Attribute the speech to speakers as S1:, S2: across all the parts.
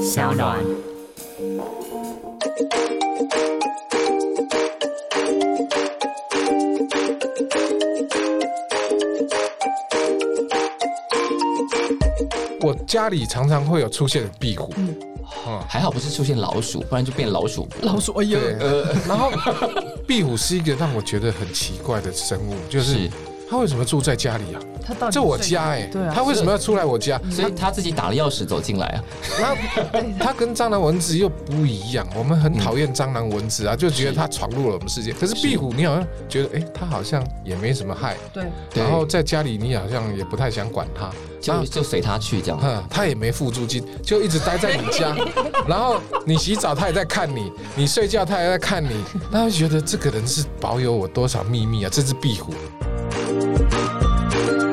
S1: 小暖。
S2: 我家里常常会有出现壁虎，嗯，
S1: 还好不是出现老鼠，不然就变老鼠国。
S3: 老鼠，哎呀，
S2: 对，呃 然后壁虎是一个让我觉得很奇怪的生物，就是
S1: 是，
S2: 它为什么住在家里啊？
S3: 他到底
S2: 这我
S3: 睡
S2: 家
S3: 哪
S2: 哎、
S3: 对啊，
S2: 它为什么要出来我家？
S1: 所以他自己打了钥匙走进来啊。
S2: 那 它跟蟑螂、蚊子又不一样，我们很讨厌蟑螂、蚊子啊，就觉得它闯入了我们世界。可是壁虎，你好像觉得，哎，它好像也没什么害，
S3: 对啊
S1: 对
S2: 然后在家里你好像也不太想管它，
S1: 就就随他去这样。
S2: 哼，它也没付租金，就一直待在你 家。然后你洗澡，它也在看你；你睡觉，它也在看你。那就觉得这个人是保有我多少秘密啊？这只壁虎。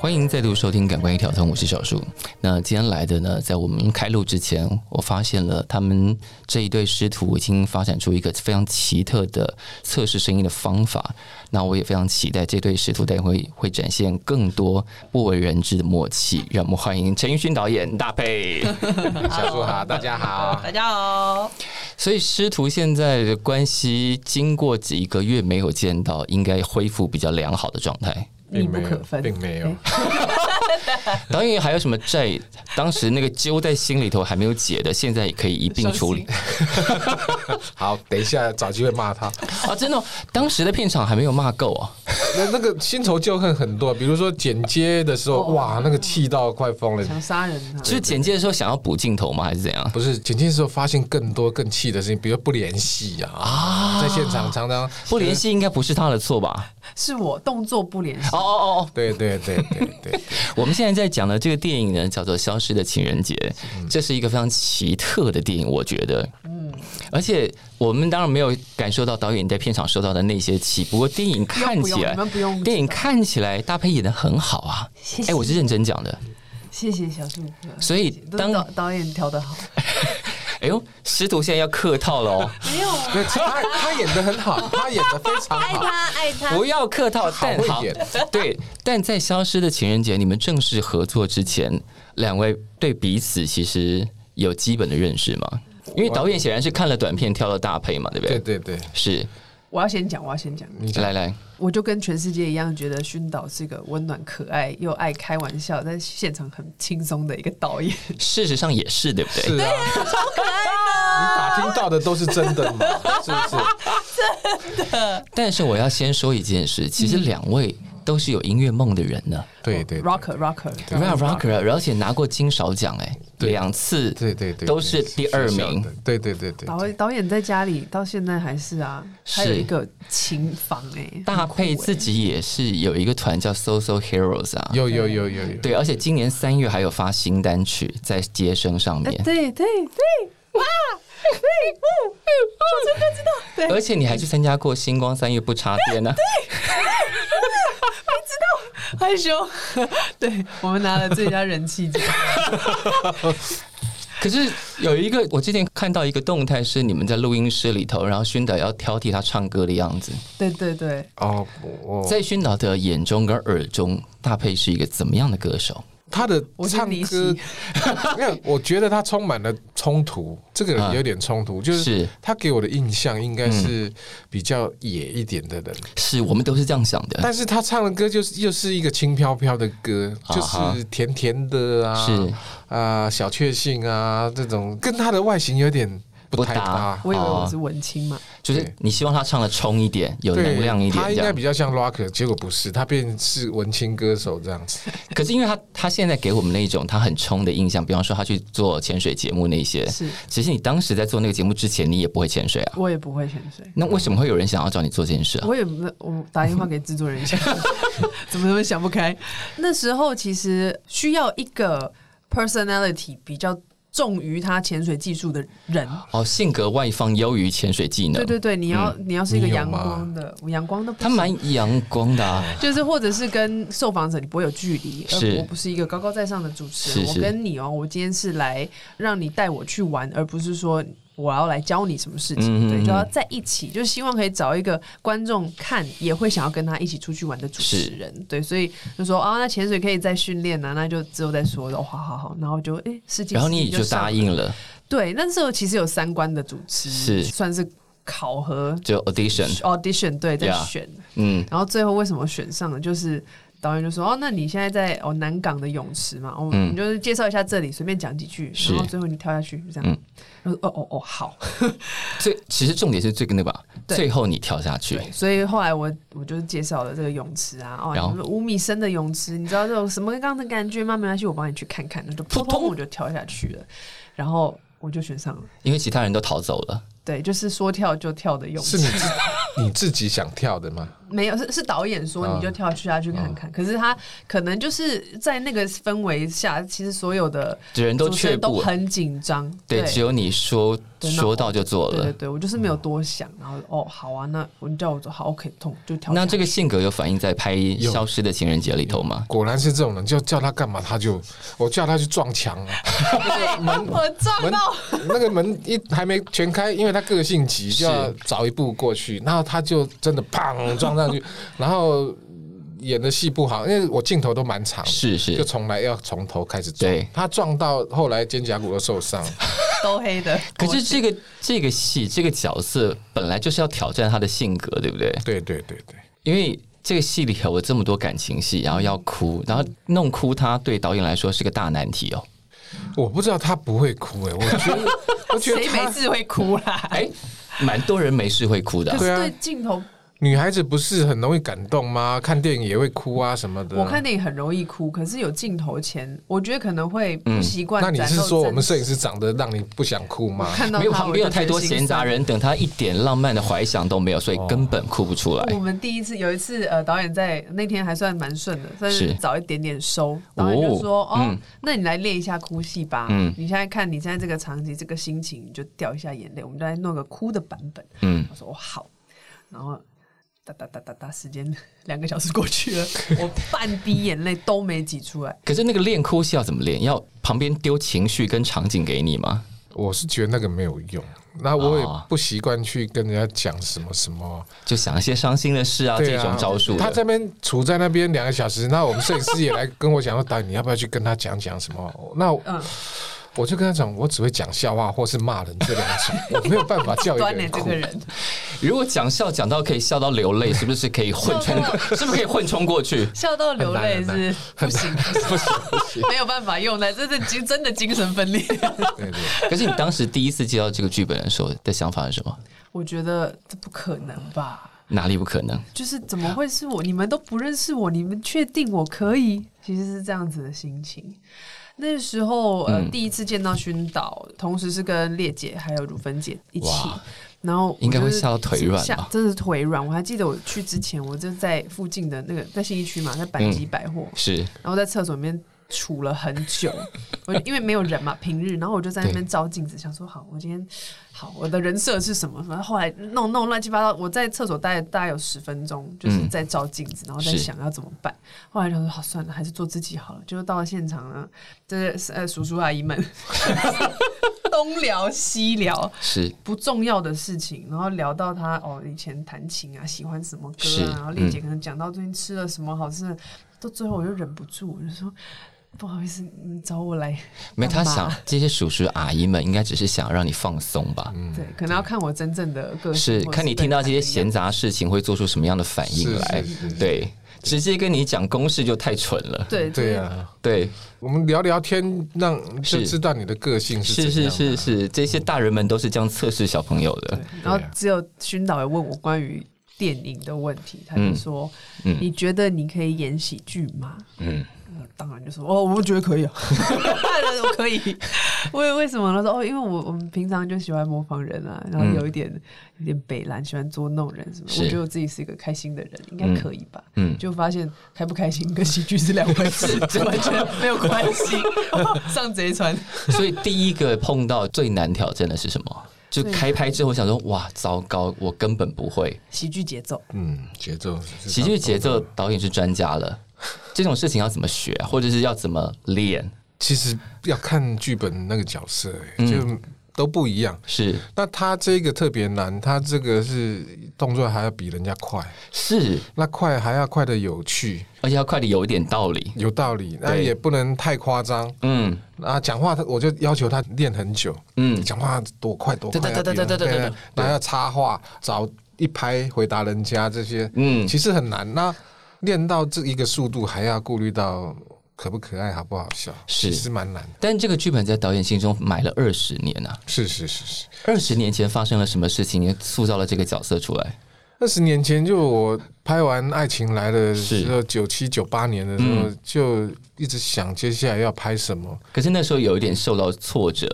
S1: 欢迎再度收听《感官一条通》，我是小树。那今天来的呢，在我们开录之前，我发现了他们这一对师徒已经发展出一个非常奇特的测试声音的方法。那我也非常期待这对师徒待会会展现更多不为人知的默契。让我们欢迎陈奕迅导演大佩。
S2: 小树好，大家好。
S3: 大家好，
S1: 所以师徒现在的关系，经过几个月没有见到，应该恢复比较良好的状 态。
S3: 密不可分，
S2: 并没有并没有
S1: 导演还有什么债？当时那个揪在心里头还没有解的，现在也可以一并处理
S2: 好，等一下找机会骂他。
S1: 啊！真的哦、当时的片场还没有骂够哦。
S2: 那那个新仇旧恨很多，比如说剪接的时候，
S3: 哦
S2: 哇，那个气到快疯了。
S3: 想杀人啊，
S1: 就是剪接的时候想要补镜头吗？还是怎样？
S2: 不是剪接的时候发现更多更气的事情，比如不联系啊，在现场常常
S1: 不联系应该不是他的错吧？
S3: 是我动作不联系
S1: 哦，哦哦哦！
S2: 对对对对对，
S1: 我们现在在讲的这个电影呢，叫做《消失的情人节》，
S3: 嗯
S1: 这是一个非常奇特的电影，我觉得。嗯，而且我们当然没有感受到导演在片场受到的那些气，不过电影看
S3: 不用
S1: 起来
S3: 你们不用知道，
S1: 电影看起来搭配演的很好啊。
S3: 谢谢
S1: 哎，我是认真讲的。
S3: 谢谢小树哥，
S1: 所以
S3: 谢谢都
S1: 当
S3: 导导演调的好，
S1: 哎呦，师徒现在要客套了哦，
S3: 没有
S2: 对他他演的很好，他演的非常
S4: 爱
S2: 好。
S4: 他，爱他。
S1: 不要客套，
S2: 好
S1: 但
S2: 会
S1: 好
S2: 演
S1: 对，但在《消失的情人节》你们正式合作之前，两位对彼此其实有基本的认识吗？因为导演显然是看了短片挑了大配嘛，对不对？
S2: 对对对，
S1: 是，
S3: 我要先讲，我要先讲，
S1: 来来，
S3: 我就跟全世界一样，觉得熏导是个温暖、可爱又爱开玩笑，在现场很轻松的一个导演。
S1: 事实上也是，对不对？
S2: 是啊，超可爱的。你打听到的都是真的嘛？是不是？
S1: 但是我要先说一件事，其实两位都是有音乐梦的人呢。
S2: 对对
S3: rocker rocker，
S1: r a Rocker，而且拿过金勺奖，哎，
S2: 对
S1: 两次，
S2: 对对对，
S1: 都是第二名。
S2: 对对对对
S3: 导
S2: 对，
S3: 演导演在家里到现在还是啊，
S1: 是
S3: 还有一个琴房哎、
S1: 大佩自己也是有一个团叫 Social Heroes 啊，
S2: 有有有有有，
S1: 对，而且今年三月还有发新单曲在接生上
S3: 哎、
S1: 面，
S3: 对对对，哦
S1: 而且你还去参加过星光三月不插电啊呢、
S3: 害羞， 对我们拿了最佳人气奖，
S1: 可是有一个，我之前看到一个动态是你们在录音室里头，然后熏导要挑剔他唱歌的样子，
S3: 对对对，
S2: 哦，我
S1: 在熏导的眼中跟耳中，大佩是一个怎么样的歌手？
S2: 他的
S3: 我觉得
S2: 唱
S3: 离
S2: 歌
S3: 席，
S2: 没有，我觉得他充满了冲突。这个人有点冲突，就是
S1: 啊是嗯
S2: 他给我的印象应该是比较野一点的人，
S1: 是我们都是这样想的，
S2: 但是他唱的歌就是又是一个轻飘飘的歌，
S1: 啊
S2: 就
S1: 哈
S2: 是甜甜的啊，
S1: 是
S2: 啊、小确幸啊这种，跟他的外形有点不太搭。
S3: 我以为我是文青嘛，
S1: 就是
S2: 对
S1: 你希望他唱的冲一点，有
S2: 对
S1: 能量一点
S2: 他
S1: 这
S2: 应该
S1: 样
S2: 比。较像 rocker，结果不是，他变是文青歌手这样子。
S1: 可是因为他他现在给我们那种他很冲的印象，比方说他去做潜水节目那些，
S3: 是
S1: 其实你当时在做那个节目之前，你也不会潜水啊。
S3: 我也不会潜水。
S1: 那为什么会有人想要找你做这件事啊？
S3: 我也没，我打电话给制作人一下， 怎么那么想不开？那时候其实需要一个 personality 比较重于他潜水技术的人。
S1: 哦，性格外放优于潜水技能，
S3: 对对对，你要、嗯你要是一个
S2: 你有
S3: 阳
S2: 吗
S3: 光的，阳光的不
S1: 他
S3: 行
S1: 蛮阳光的、啊，
S3: 就是或者是跟受访者你不会有距离，
S1: 是
S3: 而我不是一个高高在上的主持人，
S1: 是
S3: 我
S1: 是
S3: 跟你哦，我今天是来让你带我去玩，而不是说我要来教你什么事
S1: 嗯
S3: 情，
S1: 嗯
S3: 对，
S1: 嗯
S3: 就要在一起，就希望可以找一个观众看也会想要跟他一起出去玩的主持人，对，所以就说啊，那潜水可以再训练啊，那就之后再说哦，好好好，然后就哎，实际
S1: 然后你也就
S3: 上
S1: 答应了，
S3: 对，那时候其实有三关的主持，
S1: 是
S3: 算是考核
S1: 就 audition，
S3: audition 对，在
S1: Yeah
S3: 选
S1: 嗯，
S3: 然后最后为什么选上了，就是导演就说：“哦，那你现在在哦南港的泳池嘛，哦，
S1: 嗯
S3: 你就是介绍一下这里，随便讲几句，
S1: 是
S3: 然后最后你跳下去，就这样。
S1: 嗯
S3: 然后说：“哦哦哦，好。
S1: 最其实重点是最那个吧，
S3: 对
S1: 最后你跳下去，
S3: 所以后来我我就是介绍了这个泳池啊，哦，
S1: 然后
S3: 你们五米深的泳池，你知道这种什么样的感觉吗？没关系，我帮你去看看。那就扑通，我就跳下去了，然后我就选上了。
S1: 因为其他人都逃走了，
S3: 对，就是说跳就跳的泳池
S2: 是你自 你自己想跳的吗？
S3: 没有，是是导演说
S2: 啊
S3: 你就跳下去看
S1: 啊
S3: 看，可是他可能就是在那个氛围下，其实所有的
S1: 人都
S3: 主持
S1: 却
S3: 人都
S1: 步了，
S3: 很紧张，
S1: 对，呃只有你说
S3: 对那
S1: 说到就做
S3: 对对
S1: 了。
S3: 对，我就是没有多想，然后哦好啊，那我叫我走，好 OK 痛就跳下
S1: 那
S3: 去。
S1: 这个性格有反映在拍《消失的情人节》里头吗？
S2: 果然是这种人，就叫他干嘛他就，我叫他去撞墙啊，
S3: 对， 我撞
S2: 门
S3: 到，
S2: 那个门一还没全开，因为他个性急，
S1: 是
S2: 就要早一步过去，然后他就真的砰撞上去，然后演的戏不好，因为我镜头都蛮长的，
S1: 是，
S2: 就是从来要从头开始撞
S1: 对，
S2: 他撞到后来肩胛骨都受伤，
S3: 都黑的。
S1: 可是这个这个戏这个角色本来就是要挑战他的性格，对不对？
S2: 对对对对，
S1: 因为这个戏里头有这么多感情戏，然后要哭，然后弄哭他，对导演来说是个大难题哦。
S2: 我不知道他不会哭哎、我觉得我觉得
S3: 谁没
S2: 他
S3: 事会哭啦？
S1: 哎，蛮多人没事会哭的啊、
S3: 可是
S2: 对啊
S3: 对镜头，
S2: 女孩子不是很容易感动吗？看电影也会哭啊什么的。
S3: 我看电影很容易哭，可是有镜头前，我觉得可能会
S1: 嗯
S3: 不习惯
S2: 那
S3: 展露
S2: 你
S3: 真实。
S2: 是说我们摄影师长得让你不想哭吗
S3: 我？看到
S1: 没有
S3: 他
S1: 旁边有
S3: 我就觉
S1: 太
S3: 得
S1: 多
S3: 心
S1: 闲杂
S3: 酸
S1: 人，等他一点浪漫的怀想都没有，所以根本哭不出来。
S3: 我们第一次有一次，呃，导演在那天还算蛮顺的，算是
S1: 是
S3: 早一点点收。导演就说：“哦，
S1: 嗯
S3: 那你来练一下哭戏吧。
S1: 嗯
S3: 你现在看你现在这个场景、这个心情，你就掉一下眼泪，我们再弄个哭的版本。”
S1: 嗯，
S3: 我说：“哦，好。”然后哒哒哒哒哒，时间两个小时过去了，我半滴眼泪都没挤出来。
S1: 可是那个练哭戏要怎么练？要旁边丢情绪跟场景给你吗？
S2: 我是觉得那个没有用，那我也
S1: 哦
S2: 不习惯去跟人家讲什么什么。
S1: 就想一些伤心的事啊，
S2: 对
S1: 这
S2: 啊
S1: 种招数的。
S2: 他这边杵在那边两个小时，那我们摄影师也来跟我讲说，导演你要不要去跟他讲讲什么？那我
S3: 嗯，
S2: 我就跟他讲，我只会讲笑话或是骂人这两 种，我没有办法叫一个
S3: 端
S2: 人
S3: 脸这
S2: 哭
S3: 个。人，
S1: 如果讲笑讲到可以笑到流泪，是不是可以混冲过？是不是可以混冲过去？
S3: 笑到流泪
S2: 很
S3: 是不行，不行， 没有办法用的，这是精真的精神分裂。
S2: 对对，
S1: 可是你当时第一次接到这个剧本的时候的想法是什么？
S3: 我觉得这不可能吧。
S1: 哪里不可能？
S3: 就是怎么会是我？你们都不认识我，你们确定我可以？其实是这样子的心情。那时候，呃，
S1: 嗯
S3: 第一次见到熏导，同时是跟烈姐还有如芬姐一起
S1: 哇，
S3: 然后我
S1: 应该会
S3: 就是
S1: 吓到腿软
S3: 吓
S1: 吧
S3: 真的是腿软。我还记得我去之前，我就在附近的那个在信义区嘛，在
S1: 嗯
S3: 板吉百货，
S1: 是
S3: 然后在厕所里面杵了很久，我因为没有人嘛，平日，然后我就在那边照镜子，想说好，我今天好，我的人设是什么？然后后来弄弄乱七八糟，我在厕所待大概有十分钟，就是在照镜子，然后在
S1: 是
S3: 想要怎么办。后来想说好算了，还是做自己好了。结果到了现场呢，就是呃叔叔阿姨们 东聊西聊，
S1: 是，
S3: 不重要的事情，然后聊到他哦以前弹琴啊，喜欢什么歌
S1: 是嗯
S3: 啊，然后丽姐可能讲到最近吃了什么好吃的，到最后我就忍不住，我就说不好意思，你找我来
S1: 没他
S3: 干嘛
S1: 想这些叔叔阿姨们应该只是想让你放松吧？
S2: 嗯
S3: 对，可能要看我真正的个性，
S1: 嗯是
S3: 或者
S1: 看你听到这些闲
S3: 是
S1: 杂事情会做出什么样的反应来
S2: 是是是？
S1: 对，直接跟你讲公式就太蠢了。
S3: 对
S2: 对
S3: 呀，
S2: 啊，
S1: 对，
S2: 我们聊聊天，让就是知道你的个性
S1: 是
S2: 是怎
S1: 是
S2: 样啊的
S1: 是是，这些大人们都是这样测试小朋友的
S3: 对。然后只有熏导也问我关于电影的问题，他就说、
S1: 嗯
S3: 你觉得你可以演喜剧吗？
S1: 嗯，
S3: 当然就说哦，我觉得可 以啊，我可以。 为为什么呢？说哦，因为我我们平常就喜欢模仿人啊，然后
S1: 嗯
S3: 有一点、有点北蓝，喜欢捉弄人什么。
S1: 是
S3: 我觉得我自己是一个开心的人，应该可以吧？
S1: 嗯嗯
S3: 就发现开不开心跟喜剧是两回事，完全没有关 系。上贼船，
S1: 所以第一个碰到最难挑战的是什么？就开拍之后想说，哇，糟糕，我根本不会。
S3: 喜剧节奏。
S2: 嗯，节奏是
S1: 喜剧节奏导演是专家了，这种事情要怎么学啊，或者是要怎么练？嗯
S2: 其实要看剧本那个角色、欸，就都不一样。
S1: 是
S2: 那他这个特别难，他这个是动作还要比人家快，
S1: 是，
S2: 那快还要快的有趣、
S1: 而且要快的有一点道理。
S2: 有道理，那
S1: 对
S2: 也不能太夸张。
S1: 嗯
S2: 啊，讲话他我就要求他练很久，
S1: 嗯，
S2: 讲话多快多快啊，
S1: 对对对对
S2: 比人
S1: 对对对对
S2: 然后要插话，找一拍回答人家这些，
S1: 嗯
S2: 其实很难。那练到这一个速度，还要顾虑到可不可爱、好不好笑，
S1: 是
S2: 其实蛮难的。
S1: 但这个剧本在导演心中埋了二十年啊！
S2: 是是是是，
S1: 二十年前发生了什么事情，塑造了这个角色出来？
S2: 二十年前就我拍完《爱情来了》的时候，九七九八年的时候，
S1: 嗯
S2: 就一直想接下来要拍什么。
S1: 可是那时候有一点受到挫折，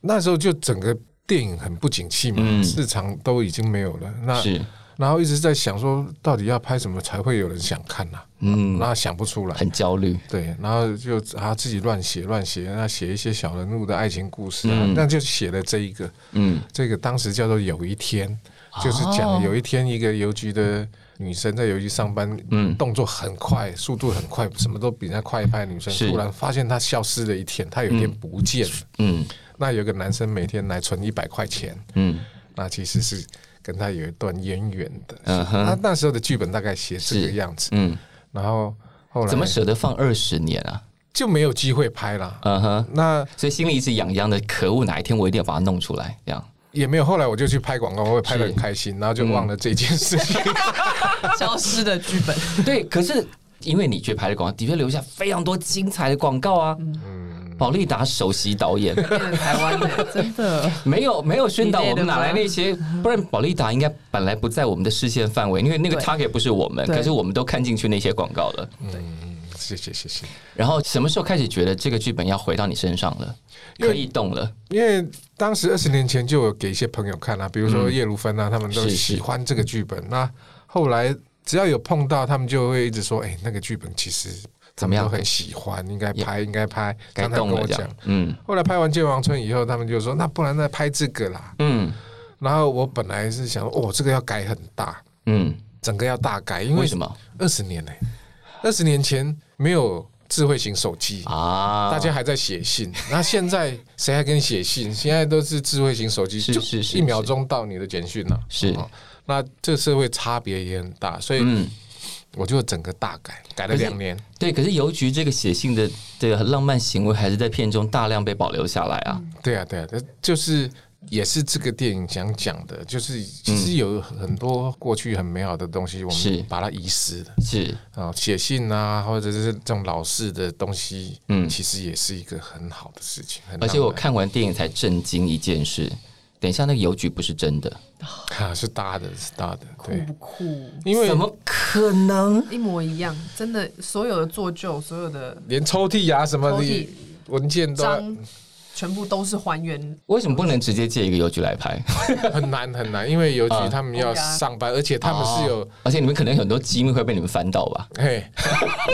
S2: 那时候就整个电影很不景气嘛，
S1: 嗯
S2: 市场都已经没有了。那
S1: 是
S2: 然后一直在想说，到底要拍什么才会有人想看呐、
S1: 嗯
S2: 然，后想不出来。
S1: 很焦虑，
S2: 对，然后就啊自己乱写乱写，那写一些小人物的爱情故事啊，
S1: 嗯
S2: 那就写了这一个，
S1: 嗯，
S2: 这个当时叫做有一天，就是
S1: 哦
S2: 讲有一天一个邮局的女生在邮局上班，
S1: 嗯
S2: 动作很快，速度很快，什么都比人家快一拍的女生，
S1: 是
S2: 突然发现她消失了一天，她有一天不见了。
S1: 嗯
S2: 那有个男生每天来存一百块钱，
S1: 嗯
S2: 那其实是跟他有一段渊源的。
S1: 嗯
S2: 他、
S1: 哼
S2: 那时候的剧本大概写这个
S1: 是
S2: 样子，
S1: 嗯，
S2: 然后后来
S1: 怎么舍得放二十年啊？
S2: 就没有机会拍了。
S1: 嗯哼，
S2: 那
S1: 所以心里一直痒痒的，可恶，哪一天我一定要把它弄出来，这样。
S2: 也没有，后来我就去拍广告，我也拍得很开心，然后就忘了这件事 情。
S3: 消失的剧本，
S1: 对，可是因为你去拍的广告，的确留下非常多精彩的广告啊。保利达首席导 演
S3: 变成嗯台湾的，真的。
S1: 没有没有宣导
S3: 你累
S1: 我
S3: 了
S1: 们哪
S3: 吗
S1: 来那 些，不然保利达应该本来不在我们的视线范围，因为那个
S3: 对
S1: target 不是我们，
S3: 对
S1: 可是我们都看进去那些广告了。
S2: 嗯，谢谢谢谢。
S1: 然后什么时候开始觉得这个剧本要回到你身上了，
S2: 因为
S1: 可以动了？
S2: 因为当时二十年前就有给一些朋友看啊，比如说叶如芬啊，他们都
S1: 嗯是是
S2: 喜欢这个剧本。那后来只要有碰到，他们就会一直说：“哎、那个剧本其实
S1: 怎么样
S2: 他们都很喜欢，应该拍，应该拍。”
S1: 该
S2: 常常
S1: 动
S2: 跟
S1: 了
S2: 我
S1: 这
S2: 讲
S1: 样。，嗯
S2: 后来拍完《剑王村》以后，他们就说：“那不然再拍这个啦。
S1: 嗯”
S2: 然后我本来是想，哦，这个要改很大，
S1: 嗯，
S2: 整个要大改，因
S1: 为
S2: 为
S1: 什么
S2: 二十年呢、二十年前没有智慧型手机，
S1: 啊？
S2: 大家还在写信，那现在谁还跟你写信？现在都是智慧型手机，
S1: 是
S2: 就是
S1: 是
S2: 一秒钟到你的简讯了、
S1: 是
S2: 哦那这社会差别也很大，所以
S1: 嗯。
S2: 我就整个大改，改了
S1: 可是
S2: 两年。
S1: 对，可是邮局这个写信的这个浪漫行为，还是在片中大量被保留下来啊。
S3: 嗯
S2: 对啊，对啊，就是也是这个电影想讲的，
S1: 嗯
S2: 就是其实有很多过去很美好的东西，我
S1: 是
S2: 们把它遗失了
S1: 是，
S2: 啊，写信啊，或者是这种老式的东西，
S1: 嗯
S2: 嗯，其实也是一个很好的事情。很
S1: 而且
S2: 浪
S1: 我
S2: 漫
S1: 看完电影才震惊一件事。等一下，那个邮局不是真的，
S2: 啊 是搭的，是搭的，
S3: 酷
S2: 对
S3: 不，酷？
S2: 因为
S1: 怎么可能？
S3: 一模一样，真的，所有的做旧，所有的
S2: 连抽屉啊什么
S3: 抽
S2: 的
S3: 屉
S2: 文件都
S3: 章，全部都是还原。
S1: 为什么不能直接借一个邮局来拍？
S2: 很难很难，因为邮
S1: 啊
S2: 局他们要上班，而且他们是有
S1: 哦，而且你们可能有很多机密会被你们翻到吧？
S2: 嘿，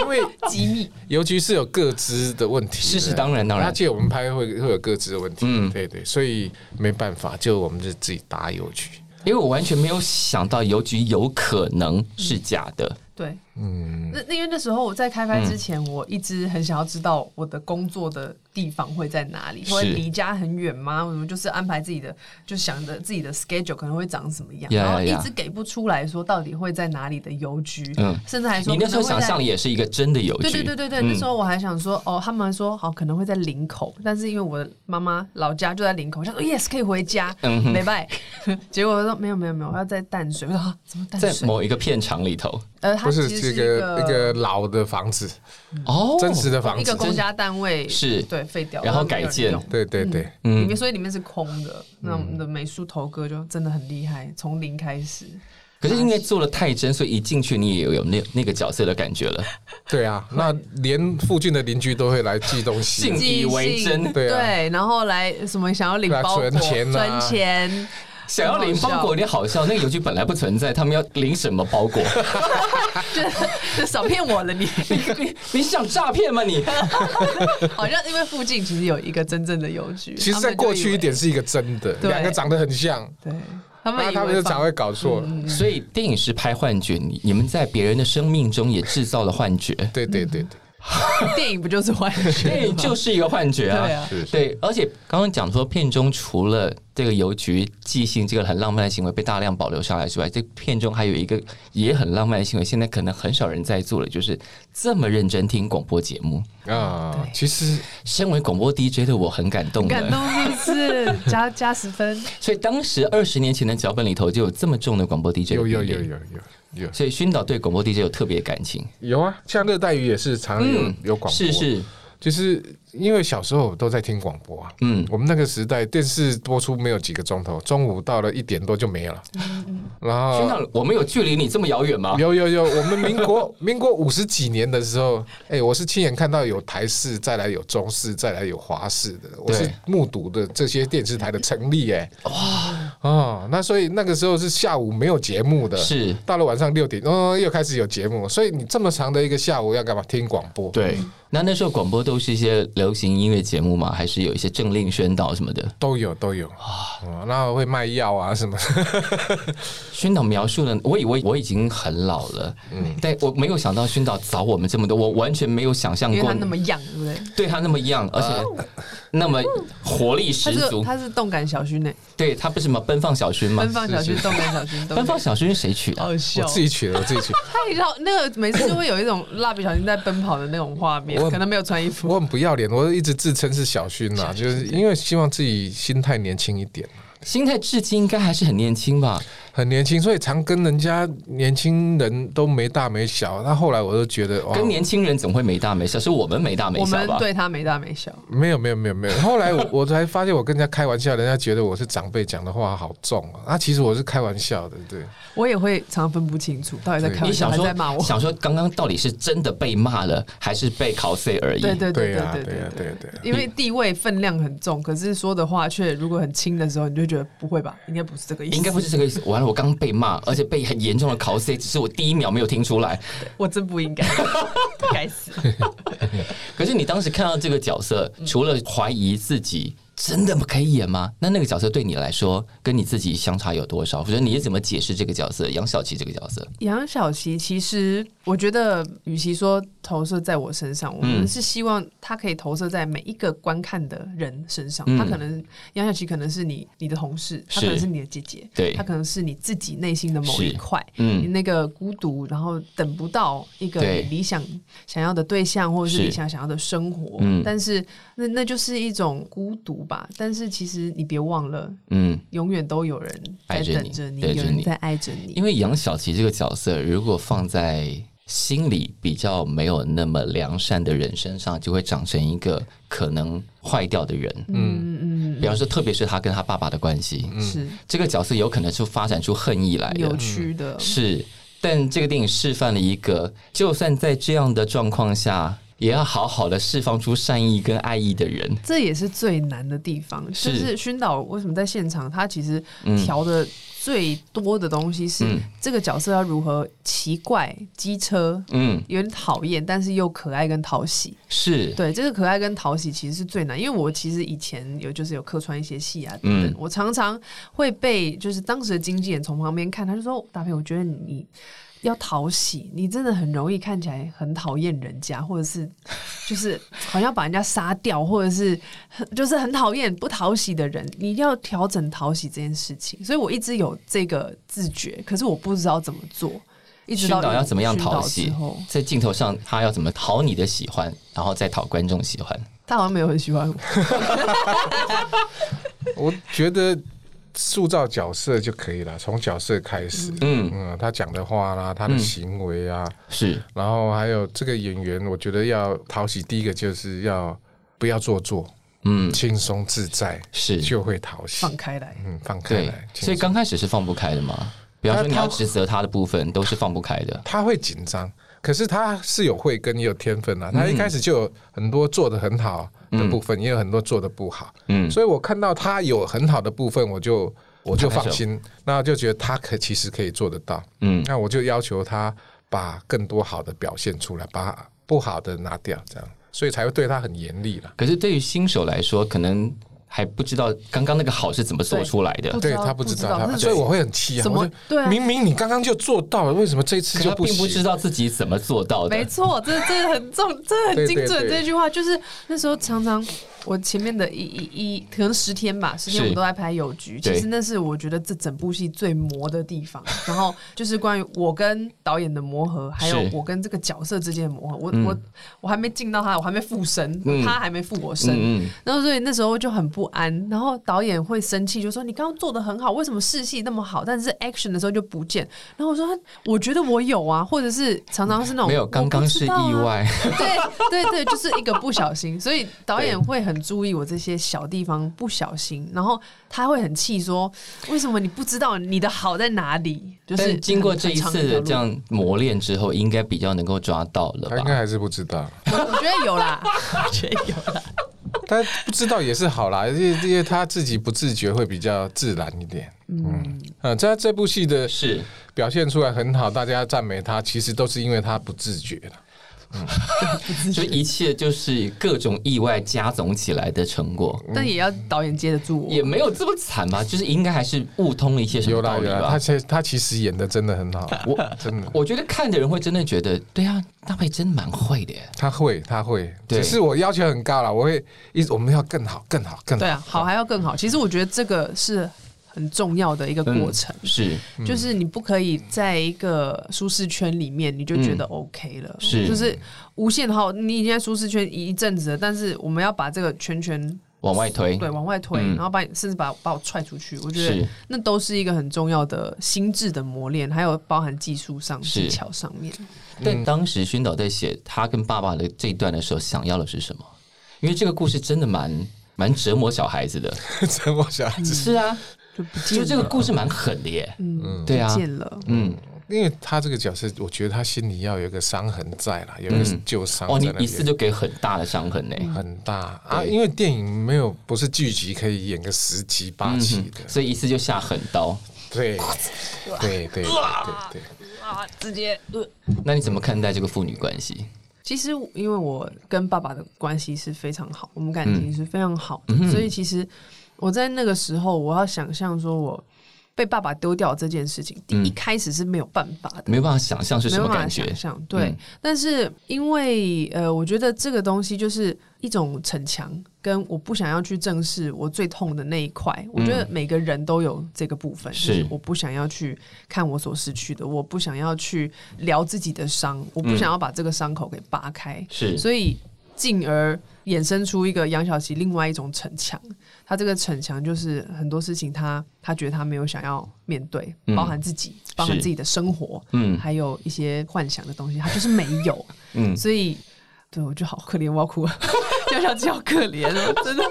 S2: 因为
S3: 机密，
S2: 邮局是有各资的问题，
S1: 是是，
S2: 对
S1: 当然当
S2: 他
S1: 然。
S2: 借我们拍会会有各自的问题，
S1: 嗯
S2: 对对，所以没办法，就我们就自己打邮局。
S1: 因为我完全没有想到邮局有可能是假的。
S3: 对，
S2: 嗯，
S3: 那那因为那时候我在开拍
S1: 嗯
S3: 之前，我一直很想要知道我的工作的地方会在哪里，
S1: 是
S3: 会离家很远吗？我们就是安排自己的，就想着自己的 schedule 可能会长什么样
S1: Yeah,
S3: 然后
S1: yeah, yeah
S3: 一直给不出来说到底会在哪里的邮局，
S1: 嗯
S3: 甚至还说
S1: 你那时候
S3: 可能
S1: 想
S3: 会在
S1: 象也是一个真的邮局，嗯
S3: 对对对对对，那时候我还想说，哦，他们说好可能会在林口，但是因为我的妈妈老家就在林口，我想说 yes 可以回家，
S1: 嗯哼
S3: 没拜。 结果我说没有没有没有，我要在淡水。我说啊，怎么淡
S1: 在
S3: 水？
S1: 某一个片场里头。
S3: 呃，它
S2: 不
S3: 其
S2: 是
S3: 实是
S2: 这
S3: 一
S2: 个一
S3: 个
S2: 个老的房子，
S3: 嗯
S1: 哦，
S2: 真实的房
S3: 一个
S2: 子，
S3: 公家单位
S1: 是
S3: 对废掉，
S1: 然后改建嗯
S3: 哦然后没有人用
S2: 对对对，
S3: 里面所以里面是空的。那我们的美术头哥就真的很厉害，从零开始。
S1: 可是因为做了太真，所以一进去你也有那那个角色的感觉 了。
S2: 对啊，那连附近的邻居都会来寄东 西
S1: 信，以为真
S3: 寄信
S2: 对啊
S3: 对，然后来什么想要领
S2: 对啊
S3: 包裹、
S2: 存钱啊
S3: 存钱，
S1: 想要领包 裹，你好笑，那个邮局本来不存在，他们要领什么包裹？
S3: 就少骗我了你。
S1: 你是想诈骗吗你？
S3: 好像因为附近其实有一个真正的邮局，
S2: 其实，
S3: 他
S2: 在
S3: 们就
S2: 过
S3: 以
S2: 去
S3: 为
S2: 一点，是一个真的，
S3: 对
S2: 两个长得很像，
S3: 对他们
S2: 那
S3: 以
S2: 他们
S3: 为
S2: 就
S3: 放嗯
S2: 常会搞错。
S1: 所以电影是拍幻觉，你你们在别人的生命中也制造了幻觉。
S2: 对对对对，
S3: 电影不就是幻
S1: 电
S3: 觉
S1: 影
S3: 吗？
S1: 哎就是一个幻觉啊。
S3: 对啊
S4: 是是，
S1: 对，而且刚刚讲说，片中除了这个邮局寄信这个很浪漫的行为被大量保留下来之外，这片中还有一个也很浪漫的行为，现在可能很少人在做了，就是这么认真听广播节目。
S2: 啊
S3: 对，
S2: 其实
S1: 身为广播 DJ 的我很感动
S3: 感
S1: 的，
S3: 动是不是？加加十分，
S1: 所以当时二十年前的脚本里头就有这么重的广播 DJ，的
S2: 有有
S1: 比例
S2: 有有有有
S1: 所以熏导对广播 DJ 有特别感情，
S2: 有啊，像热带鱼也是常常有
S1: 嗯
S2: 有广播，
S1: 是，是，
S2: 就是因为小时候我都在听广播啊。
S1: 嗯，
S2: 我们那个时代，电视播出没有几个钟头，中午到了一点多就没了。然
S1: 熏
S2: 后
S1: 导，我们有距离你这么遥远吗？
S2: 啊有有有，我们民国 民国五十几年的时候，哎、我是亲眼看到有台视，再来有中视，再来有华视的，我是目睹的这些电视台的成立、哎，哇，哦，那所以那个时候是下午没有节目的，
S1: 是，
S2: 到了晚上六点，哦，又开始有节目，所以你这么长的一个下午要干嘛？听广播，
S1: 对。那那时候广播都是一些流行音乐节目吗？还是有一些政令宣导什么的？
S2: 都有都有啊、哦，然后会卖药啊什么，
S1: 宣导描述呢？我以为我已经很老了，嗯，但我没有想到宣导早我们这么多，我完全没有想象
S3: 因为
S1: 过
S3: 他那么样，对不对？
S1: 对他那么样，而且那么活力
S3: 他
S1: 十
S3: 是
S1: 足。
S3: 他是动感小勋呢，
S1: 对他不是什么奔放小薰吗？
S3: 奔放哦小勋，动感小勋，动
S1: 奔
S3: 感
S1: 放小薰是谁取的？
S3: 好
S2: 我
S3: 笑。
S2: 自己取的，我自 己取的。
S3: 他然后那个每次就会有一种蜡笔小新在奔跑的那种画面
S2: 我，
S3: 可能没有穿衣服。
S2: 我很不要脸，我一直自称是小勋
S3: 啊
S2: 呐、就是因为希望自己心态年轻一点，
S1: 心态至今应该还是很年轻吧？
S2: 很年轻，所以常跟人家年轻人都没大没小。那后来我都觉得，哦哇，
S1: 跟年轻人总会没大没小，是我们没大没
S3: 我
S1: 小
S3: 们
S1: 吧？
S3: 对他没大没小，
S2: 没有没有没有没有。后来我 我才发现，我跟人家开玩笑，人家觉得我是长辈，讲的话好重啊。那、其实我是开玩笑的，对。
S3: 我也会常常分不清楚到底在开
S1: 你
S3: 玩笑
S1: 想
S3: 还是在骂
S1: 说
S3: 我。
S1: 想说刚刚到底是真的被骂了，还是被考 C 而已？
S3: 对对对
S2: 对啊对
S3: 对
S2: 啊
S3: 对
S2: 对啊对
S3: 对
S2: 啊
S3: 因为地位分量很重，可是说的话却如果很轻的时候，你就觉得不会吧，应该不是这个意思，
S1: 应该不是这个意思。完了，我刚被骂，而且被很严重的考 C，只是我第一秒没有听出来。
S3: 我真不应该，该死。
S1: 可是你当时看到这个角色，除了怀疑自己真的可以演吗？那那个角色对你来说，跟你自己相差有多少？或者你是怎么解释这个角色杨小琪这个角色？
S3: 杨小琪其实，我觉得，与其说投射在我身上，我
S1: 嗯
S3: 们是希望他可以投射在每一个观看的人身上。
S1: 嗯
S3: 他可能杨小琪可能是你你的同事，他
S1: 是
S3: 可能是你的姐姐，
S1: 对
S3: 他可能是你自己内心的某
S1: 是
S3: 一块，
S1: 嗯
S3: 你那个孤独，然后等不到一个
S1: 对
S3: 你理想想要的对象，或者是
S1: 是
S3: 理想想要的生活，
S1: 嗯
S3: 但是那那就是一种孤独吧。但是其实你别忘了，
S1: 嗯，
S3: 永远都有人在
S1: 爱着
S3: 等
S1: 你
S3: 着你，
S1: 对着
S3: 有人
S1: 你
S3: 在爱着你
S1: 因。为杨小琪这个角色，如果放在心里比较没有那么良善的人身上，就会长成一个可能坏掉的人。
S3: 嗯嗯嗯
S1: 比方说，特别是他跟他爸爸的关系，
S3: 嗯，是。
S1: 这个角色有可能是发展出恨意来的
S3: 扭。曲的，
S1: 是，但这个电影示范了一个，就算在这样的状况下，也要好好的释放出善意跟爱意的人。
S3: 这也是最难的地方。就是是熏导为什么在现场，他其实
S1: 嗯
S3: 调的最多的东西是
S1: 嗯
S3: 这个角色要如何奇怪、机车。
S1: 嗯，
S3: 有点讨厌，但是又可爱跟讨喜。
S1: 是，
S3: 对，这个可爱跟讨喜其实是最难，因为我其实以前有就是有客串一些戏啊等等，
S1: 嗯
S3: 我常常会被就是当时的经纪人从旁边看，他就说：“大飞，我觉得你要讨喜，你真的很容易看起来很讨厌人家，或者是就是好像把人家杀掉，或者是就是很讨厌不讨喜的人，你要调整讨喜这件事情。所以我一直有这个自觉，可是我不知道怎么做，一直
S1: 熏
S3: 到
S1: 导要怎么样
S3: 熏
S1: 讨
S3: 导
S1: 喜
S3: 之后，
S1: 在镜头上他要怎么讨你的喜欢，然后再讨观众喜欢。
S3: 他好像没有很喜欢我。
S2: 我觉得塑造角色就可以了，从角色开始。
S1: 嗯，
S2: 嗯，他讲的话啦，他的行为啊，
S1: 是，
S2: 然后还有这个演员，我觉得要讨喜，第一个就是要不要做作，
S1: 嗯，
S2: 轻松自在
S1: 是，
S2: 就会讨喜
S3: 放。开来。
S2: 嗯，放开
S1: 对
S2: 来。，轻松
S1: 所以刚开始是放不开的嘛。比方说
S2: 他
S1: 你要
S2: 他
S1: 指责他的部分都是放不开的，
S2: 他会紧张，可是他是有慧根，也有天分
S1: 嗯
S2: 啊。他一开始就有很多做的很好的部分，也有很多做的不好。
S1: 嗯，
S2: 所以我看到他有很好的部分，我就我就放心，那就觉得他可其实可以做得到。
S1: 嗯
S2: 那我就要求他把更多好的表现出来，把不好的拿掉，这样，所以才会对他很严厉了。
S1: 可是对于新手来说，可能还不知道刚刚那个好是怎么做出来的
S3: 不。知
S2: 对
S3: 道
S2: 他不知道，
S3: 不知道
S2: 他所以我会很气啊！
S3: 怎么
S2: 我就
S3: 对啊
S2: 明明你刚刚就做到了，为什么这一次
S1: 可
S2: 就
S1: 他并不
S2: 行
S1: 知？道自己怎么做到的
S3: 没，错，这这很重，这很精
S2: 对对
S3: 准。
S2: 对
S3: 这句话就是那时候常常我前面的一一一可能十天吧，十天
S1: 是
S3: 我们都在拍邮局。
S1: 对
S3: 其实那是我觉得这整部戏最磨的地方。然后就是关于我跟导演的磨合，还有
S1: 是
S3: 我跟这个角色之间的磨合。我、
S1: 嗯
S3: 我我还没进到他，我还没附身，
S1: 嗯
S3: 他还没附我身。
S1: 嗯嗯，
S3: 然后所以那时候就很不安，然后导演会生气，就说你刚刚做的很好，为什么试戏那么好，但是 action 的时候就不见？然后我说我觉得我有啊，或者是常 常是那种
S1: 没有，
S3: 我不
S1: 刚刚
S3: 知
S1: 是意
S3: 道啊，
S1: 外，
S3: 对对对，就是一个不小心，所以导演会很注意我这些小地方不小心，然后他会很气说为什么你不知道你的好在哪里？就是
S1: 但经过
S3: 很
S1: 这一
S3: 长
S1: 次
S3: 条
S1: 的
S3: 路
S1: 这样磨练之后，应该比较能够抓到了
S2: 他应该
S1: 吧？
S2: 还是不知道，
S3: 我我觉得有啦，我觉得有啦，
S2: 他不知道也是好啦，因为因为他自己不自觉会比较自然一点。
S3: 嗯，
S2: 呃，在这部戏的
S1: 是，
S2: 表现出来很好，大家赞美他，其实都是因为他不自觉了。
S1: 就一切就是各种意外加总起来的成果，
S3: 但也要导演接得住我。
S1: 也没有这么惨吧？就是应该还是悟通了一些什
S2: 有
S1: 么
S2: 啦
S1: 道
S2: 有
S1: 理
S2: 啦，他
S1: 吧？
S2: 其他其实演的真的很好，我真的
S1: 我觉得看的人会真的觉得，对啊，大卫真蛮会的耶。
S2: 他会他会，
S1: 对
S2: 只是我要求很高了，我会一直我们要更好更好
S1: 嗯
S2: 更好。
S3: 对啊，好还要更好。其实我觉得这个是很重要的一个过程，嗯
S1: 是
S3: 就是你不可以在一个舒适圈里面你就觉得 OK 了，
S1: 嗯是
S3: 就是无限好。你已经在舒适圈一阵子了，但是我们要把这个圈圈
S1: 往外推，
S3: 对往外推，
S1: 嗯
S3: 然后把你甚至把把我踹出去，我觉
S1: 是
S3: 得那都是一个很重要的心智的磨练，还有包含技术上
S1: 是
S3: 技巧上面。
S1: 但当时宣导在写他跟爸爸的这一段的时候，想要的是什么？因为这个故事真的蛮蛮折磨小孩子的。
S2: 真我想，
S1: 是啊，
S3: 就不见
S1: 就
S3: 了，
S1: 这个故事蛮狠的耶。
S3: 嗯，
S1: 对啊
S3: 不，见了，
S1: 嗯，
S2: 因为他这个角色，我觉得他心里要有一个伤痕在啦，有一个
S1: 嗯
S2: 旧伤
S1: 哦，
S2: 在
S1: 你
S2: 那边。
S1: 一次就给很大的伤痕
S3: 嗯
S1: 呢。
S2: 很大啊，
S1: 对
S2: 因为电影没有不是剧集可以演个十集八
S1: 嗯
S2: 集
S1: 哼
S2: 的，
S1: 所以一次就下狠刀。
S2: 对对对对对对，
S3: 啊，直接呃。
S1: 那你怎么看待这个父女关系？
S3: 其实因为我跟爸爸的关系是非常好，我们感情是非常好的，所以其实我在那个时候，我要想象说我被爸爸丢掉这件事情，第一开始是没有办法的。
S1: 没有办法想象是
S3: 没
S1: 什
S3: 有
S1: 么
S3: 办
S1: 感
S3: 法想
S1: 觉。
S3: 象，对，
S1: 嗯
S3: 但是因为呃，我觉得这个东西就是一种逞强，跟我不想要去正视我最痛的那一块。我觉得每个人都有这个部分，
S1: 嗯是
S3: 就是我不想要去看我所失去的，我不想要去聊自己的伤，我不想要把这个伤口给扒开。
S1: 嗯是
S3: 所以进而衍生出一个杨小琪另外一种逞强。他这个逞强就是很多事情他他觉得他没有想要面对，包含自己，包含自己的生活，
S1: 嗯
S3: 还有一些幻想的东西，他就是没 有。
S1: 嗯，
S3: 所以，对我就好可怜，我要哭了。 杨小琪好可怜哦， 真的。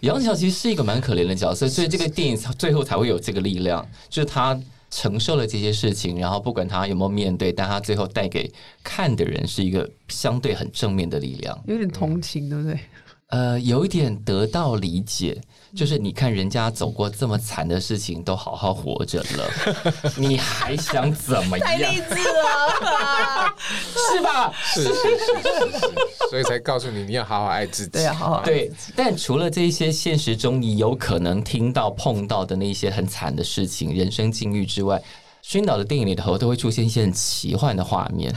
S1: 杨小琪是一个蛮可怜的角色，所以这个电影最后才会有这个力量，就是他承受了这些事情，然后不管他有没有面对，但他最后带给看的人是一个相对很正面的力量。
S3: 有点同情，对不对？
S1: 呃，有一点得到理解，就是你看人家走过这么惨的事情，都好好活着了，你还想怎么样？
S3: 志 了，
S1: 是吧？
S2: 是是是是是，所以才告诉你你要好好爱自己。
S3: 对啊，好好。
S1: 对，但除了这一些现实中你有可能听到、碰到的那一些很惨的事情、人生境遇之外，宣导的电影里头都会出现一些很奇幻的画面。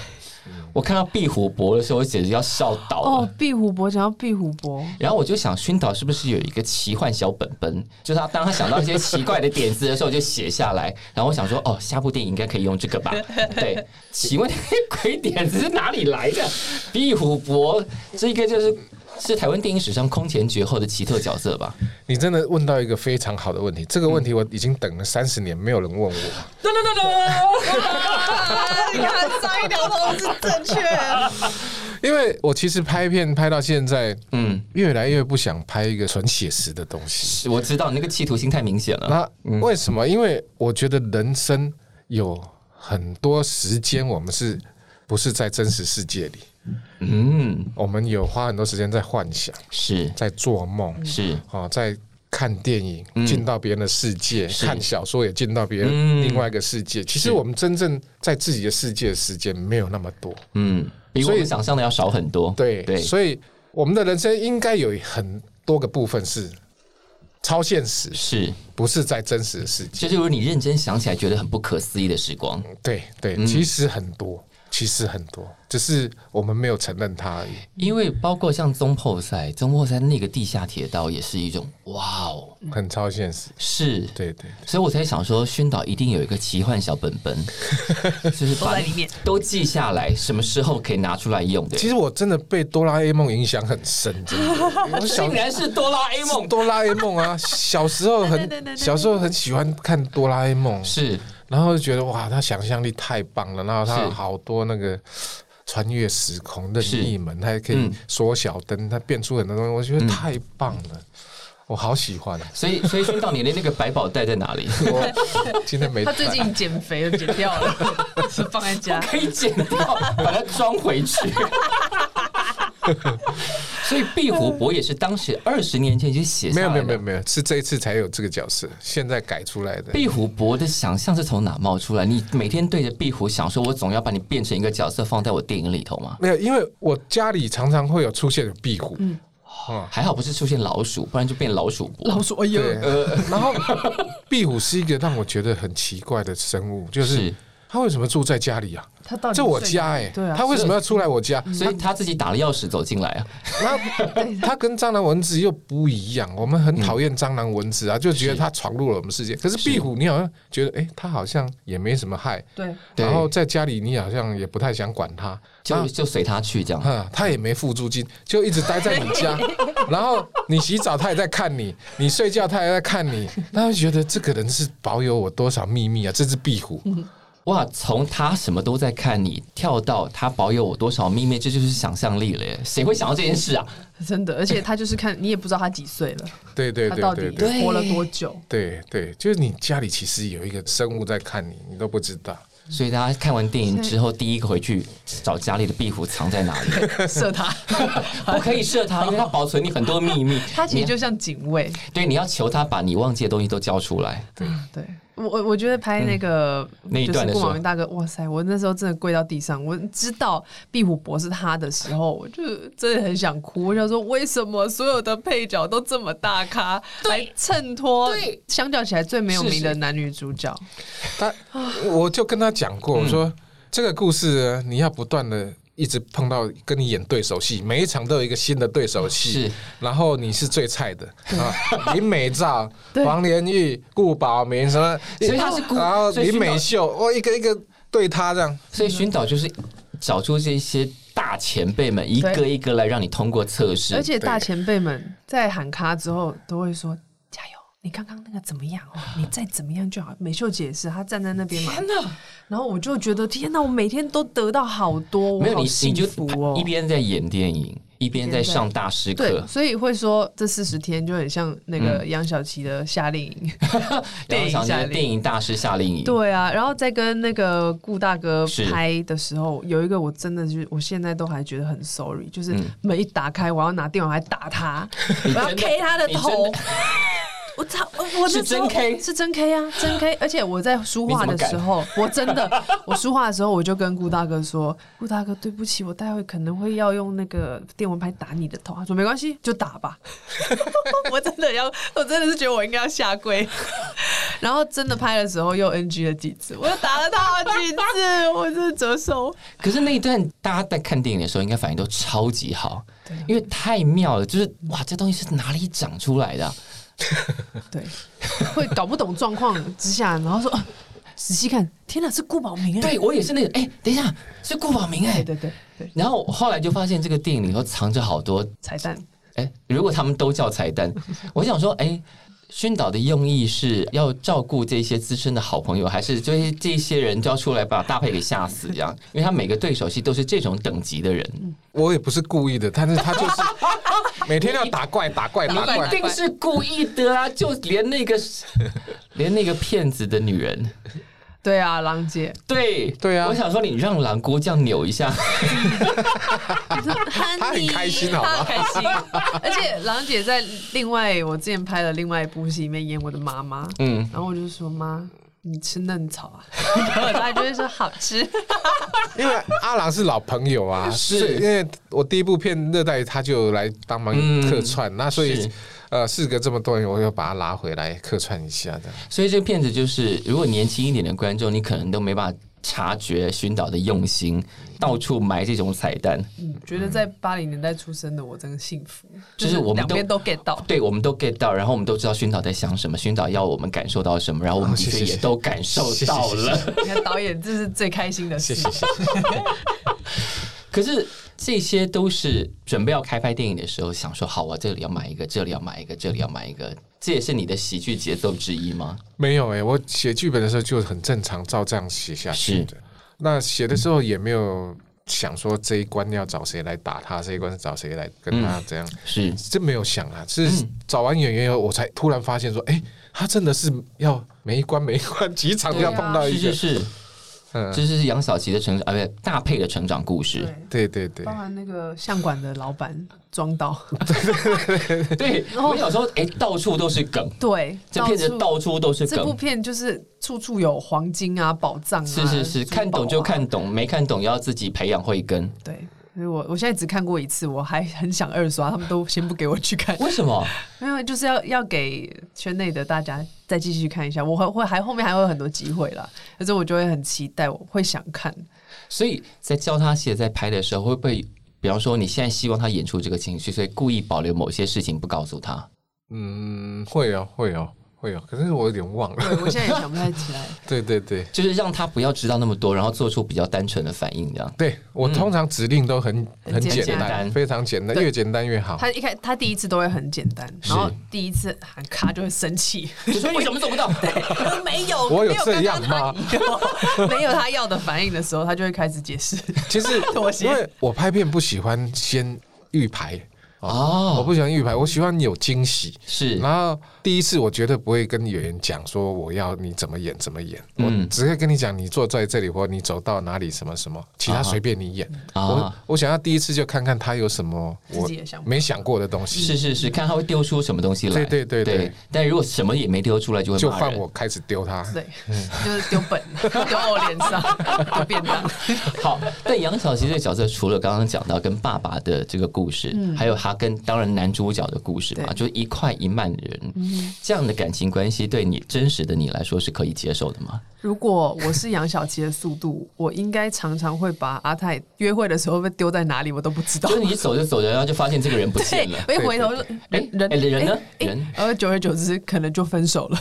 S1: 我看到壁虎博的时候，我简直要笑倒了。
S3: 哦，壁虎伯，想要壁虎伯，
S1: 然后我就想，熏导是不是有一个奇幻小本本？就是他当他想到一些奇怪的点子的时候，就写下来。然后我想说，哦，下部电影应该可以用这个 吧？对，请问那些鬼点子是哪里来的？壁虎博，这个就是是台湾电影史上空前绝后的奇特角色吧？
S2: 你真的问到一个非常好的问题，这个问题我已经等了三十年，没有人问我。
S1: 噔噔噔噔！
S3: 你看上一条都是正确。
S2: 因为我其实拍片拍到现在，
S1: 嗯，
S2: 越来越不想拍一个纯写实的东西。
S1: 是我知道你那个企图心太明显了。
S2: 那为什么？因为我觉得人生有很多时间，我们是不是在真实世界里？
S1: 嗯，
S2: 我们有花很多时间在幻想，
S1: 是
S2: 在做梦，
S1: 是，
S2: 哦，在看电影，进到别人的世界，
S1: 嗯是
S2: 看小说也进到别
S1: 嗯
S2: 人另外一个世界。其实我们真正在自己的世界的时间没有那么多，
S1: 嗯，比我
S2: 所以
S1: 们想象的要少很多。
S2: 对，
S1: 对，
S2: 所以我们的人生应该有很多个部分是超现实，
S1: 是，
S2: 不是在真实的世界。
S1: 这就是你认真想起来觉得很不可思议的时光。
S2: 对对，
S1: 嗯
S2: 其实很多，其实很多，只是我们没有承认它而已。
S1: 因为包括像中破赛，中破赛那个地下铁道也是一种哇哦，
S2: 很超现实。
S1: 是，
S2: 对对，
S1: 所以我才想说，宣导一定有一个奇幻小本本，就是
S3: 都
S1: 把
S3: 在里面
S1: 都记下来，什么时候可以拿出来用的。
S2: 其实我真的被哆啦 A 梦影响很深，真的。我小
S1: 竟然是哆啦 A 梦，
S2: 哆啦 A 梦 啊，小时候
S3: 对对对对
S2: 很
S3: 对
S2: 小时候很喜欢看哆啦 A 梦，
S1: 是
S2: 然后就觉得哇，他想象力太棒了，然后他
S1: 是
S2: 好多那个。穿越时空、任
S1: 是
S2: 意门，他还可以
S1: 嗯
S2: 缩小灯，他变出很多东西，我觉得太棒了，我好喜欢。啊
S1: 所以所以宣导你的那个百宝袋在哪里？
S2: 我今天没
S3: 他最
S2: 带
S3: 近减肥了，减掉了， 是放在家。
S1: 可以剪掉，把它装回去。 所以壁虎博也是当时二十年前就写下
S2: 没
S1: 来
S2: 有
S1: 的。
S2: 没有没有没有，是这一次才有这个角色，现在改出来的。
S1: 壁虎博的想象是从哪冒出来？你每天对着壁虎想说，我总要把你变成一个角色放在我电影里头吗？
S2: 没有，因为我家里常常会有出现有壁虎，嗯，
S1: 还好不是出现老鼠，不然就变老鼠博。
S3: 哦
S1: 呃
S3: 老鼠，哎呦，
S2: 对， 然后壁虎是一个让我觉得很奇怪的生物，就是
S1: 是
S2: 它为什么住在家里啊？
S3: 他到底
S2: 这我
S3: 睡
S2: 家
S3: 哪
S2: 哎、
S3: 里对啊，嗯
S2: 它为什么要出来我家？
S1: 所以他自己打了钥匙走进来啊，
S2: 它
S3: 啊
S2: 它跟蟑螂蚊子又不一样，我们很
S1: 嗯
S2: 讨厌蟑螂蚊子啊，就觉得它闯入了我们世界。可是壁虎，你好像觉得哎、它好像也没什么害，
S3: 对，
S1: 对
S2: 然后在家里你好像也不太想管它，
S3: 啊
S1: 就就随他去这样。
S2: 哼，他也没付租金，就一直待在你 家，然后你洗澡他也在看你，你睡觉他也在看你，他就觉得这个人是保有我多少秘密啊？这只壁虎，
S3: 嗯
S1: 哇，从他什么都在看你，跳到他保有我多少秘密，这就是想象力了耶！谁会想到这件事啊？
S3: 真的，而且他就是看你也不知道他几岁了，
S2: 对对
S3: 他
S2: 对
S3: 到
S2: 对
S3: 底
S2: 对
S3: 活了多久？
S2: 对对，就是你家里其实有一个生物在看你，你都不知道。
S1: 所以大家看完电影之后，第一个回去找家里的壁虎藏在哪 里，
S3: 射他，
S1: 不可以射它，因为它保存你很多秘密。
S3: 他其实就像警卫。
S1: 对，你要求它把你忘记的东西都交出来。
S3: 对我，嗯我我觉得拍那个、
S1: 嗯那一段的时
S3: 就是顾
S1: 候
S3: 马明大哥，哇塞！我那时候真的跪到地上，我知道壁虎博是他的时候，我就真的很想哭。我想说，为什么所有的配角都这么大咖，来衬托？
S1: 对，
S3: 相较起来最没有
S1: 是
S3: 名的
S1: 是
S3: 男女主角，
S2: 他，
S1: 啊
S2: 我就跟他讲过，我说这个故事呢你要不断的。一直碰到跟你演对手戏，每一场都有一个新的对手戏
S1: 是，
S2: 然后你是最菜的啊，林美 照、
S3: 对
S2: 黄连玉、顾宝明什么，
S1: 所以他是顾
S2: 然后
S1: 所以
S2: 林
S1: 寻找
S2: 美秀，我一个一个对他这样，
S1: 所以寻导就是找出这些大前辈们，一个一个来让你通过测试。
S3: 而且大前辈们在喊咖之后都会说加油。你刚刚那个怎么样？哦，你再怎么样就好。美秀姐也是，她站在那边嘛。
S1: 哪，
S3: 然后我就觉得，天哪！我每天都得到好多，我
S1: 没有
S3: 好
S1: 你，你
S3: 幸
S1: 就
S3: 福哦。
S1: 一边在演电影，一边在上大师
S3: 对
S1: 课，。
S3: 所以会说这四十天就很像那
S1: 嗯
S3: 个杨小琪的夏令营，
S1: 然后想
S3: 夏
S1: 那个
S3: 令
S1: 电
S3: 营。
S1: 影大师夏令营，
S3: 对啊，然后再跟那个顾大哥
S1: 是
S3: 拍的时候，有一个我真的就是我现在都还觉得很 sorry，就是门一打开，我要拿电话来打 他，我要
S1: 真的
S3: K 他的
S1: 嗯你真
S3: 头。 我操！我我那
S1: 是
S3: 时候
S1: 真 K
S3: 是真 K 啊，真 K！而且我在书画
S1: 你怎么
S3: 的
S1: 敢
S3: 时候，我真的我书画的时候，我就跟顾大哥说：“顾大哥，对不起，我待会可能会要用那个电蚊拍打你的头。”他说：“没关系，就打吧。” 我真的要，我真的是觉得我应该要下跪。然后真的拍的时候又 NG 了几次，我又打了他好几次，我真的折寿。
S1: 可是那一段大家在看电影的时候，应该反应都超级好，因为太妙了，就是哇，这东西是哪里长出来的啊、
S3: 对，会搞不懂状况之下，然后说、 啊仔细看，天哪，是顾宝明啊！
S1: 对我也是那个，哎、等一下，是顾宝明哎、
S3: 对对对对，
S1: 然后我后来就发现这个电影里头藏着好多，
S3: 彩蛋。
S1: 哎、如果他们都叫 彩蛋，我想说，哎、宣导的用意是要照顾这些资深的好朋友，还是就是这些人就要出来把大配给吓死这样？因为他每个对手戏都是这种等级的人，
S2: 我也不是故意的，但是他就是每天要打怪打怪打
S1: 一
S2: 怪，
S1: 定是故意的啊！就连 那个连那个骗子的女人，
S3: 对啊，郎姐，
S1: 对
S2: 对啊
S1: 我想说你让狼姑这样扭一下，
S3: 他
S2: 很开心好
S3: 他
S2: 吗
S3: 很开心。而且郎姐在另外我之前拍的另外一部戏里面演我的妈妈，
S1: 嗯，
S3: 然后我就说妈，你吃嫩草 啊？然后她就会说好吃。
S2: 因为阿郎 是老朋友啊，
S1: 是
S2: 嗯所以因为我第一部片《热带鱼》，他就来帮忙客串，那所以
S1: 是
S2: 呃，事隔这么多年，我又把它拉回来客串一下的。
S1: 所以这个片子就是，如果年轻一点的观众，你可能都没办法察觉熏导的用心，到处埋这种彩蛋。
S3: 嗯，觉得在八零年代出生的我真的幸福，
S1: 就是我们
S3: 两
S1: 都
S3: 边都 get 到。
S1: 对，我们都 get 到，然后我们都知道熏导在想什么，熏导要我们感受到什么，然后我们
S2: 哦
S1: 的
S2: 谢
S1: 确
S2: 谢
S1: 也
S2: 谢
S1: 都感受到
S2: 谢谢
S1: 了。
S3: 你看导演，这是最开心的
S2: 谢
S3: 事。
S2: 谢谢谢。
S1: 可是这些都是准备要开拍电影的时候想说，好，我这里要买一个，这里要买一个，这里要买一个，这也是你的喜剧节奏之一吗？
S2: 没有哎、我写剧本的时候就很正常，照这样写下去
S1: 是
S2: 的。那写的时候也没有想说这一关要找谁来打他，这一关找谁来跟他这样，
S1: 是
S2: 这没有想啊。是找完演员以后，我才突然发现说，哎、他真的是要每一关每一关 几场
S1: 对
S2: 要
S1: 啊
S2: 碰到
S1: 是
S2: 一个
S1: 是，是，
S2: 嗯，
S1: 这就是杨小琪的成长，啊，不对，大佩的成长故事。
S2: 对
S3: 对，
S2: 对对
S3: 包，含那个相馆的老板 装到，
S1: 对，我小时候哎，到处都是梗，
S3: 对，
S1: 这片子
S3: 到处
S1: 到处都是
S3: 这部
S1: 梗。
S3: 片就是处处有黄金啊、宝藏啊，
S1: 是是是，
S3: 珠宝啊
S1: 看懂就。看懂，没看懂要自己培养慧根。
S3: 对，所以我我现在只看过一次，我还很想二刷，他们都先不给我去 看，
S1: 为什么？
S3: 没有，就是要要给圈内的大家再继续看一下。我会会还后面还会有很多机会啦，可是我就会很期待，我会想看。
S1: 所以在教他写、在拍的时候，会不会，比方说你现在希望他演出这个情绪，所以故意保留某些事情不告诉他？
S2: 嗯，会哦会哦会哦，可是我有点忘了，
S3: 对我现在也想不太起来。
S2: 对对对。
S1: 就是让他不要知道那么多，然后做出比较单纯的反应，这 样。
S2: 对我
S1: 嗯
S2: 通常指令都很、
S3: 很
S2: 很
S3: 简
S2: 简
S1: 单
S2: 单，非常简单，
S3: 对
S2: 越简单越好。
S3: 他一开他第一次都会很简单，
S1: 是
S3: 然后第一次喊卡就会生 气，
S1: 就说为什么做不到？
S3: 没有，
S2: 我有
S3: 没有
S2: 这
S3: 刚
S2: 样
S3: 刚
S2: 吗？
S3: 他没有他要的反应的时候，他就会开始解释。
S2: 其实
S3: 妥协
S2: 因为我拍片不喜欢先预排，我
S1: 哦，
S2: 不喜欢预排，我喜欢有惊喜。
S1: 是
S2: 然后第一次我绝对不会跟演员讲说我要你怎么演怎么演，
S1: 嗯
S2: 我只会跟你讲你坐在这里或你走到哪里什么什么，其他随便你演。我
S1: 啊，
S2: 我想要第一次就看看他有什么
S3: 自
S2: 我
S3: 己也想不
S2: 没想过的东西，
S1: 是是是，看他会丢出什么东西来。
S2: 对对对对
S1: 但如果什么也没丢出来，就会
S2: 就
S1: 骂
S2: 换
S1: 人
S2: 我。开始丢他。
S3: 对，就是丢本， 丢我脸上，丢便当。
S1: 好，但杨小琪这个角色，除了刚刚讲到跟爸爸的这个故事，
S2: 嗯
S1: 还有他跟当然男主角的故事嘛，
S3: 对
S1: 就一块一慢人、
S2: 嗯
S1: 这样的感情关系，对你真实的你来说是可以接受的吗？
S3: 如果我是杨小琪的速度，我应该常常会把阿泰约会的时候被丢在哪里，我都不知道
S1: 就。是你走着走着，然后就发现这个人不
S3: 对
S1: 见了，，
S3: 我一回头就
S1: 对
S3: 人
S1: 对哎人呢
S3: 哎哎
S1: 人
S3: 然后久而久之可能就分手了，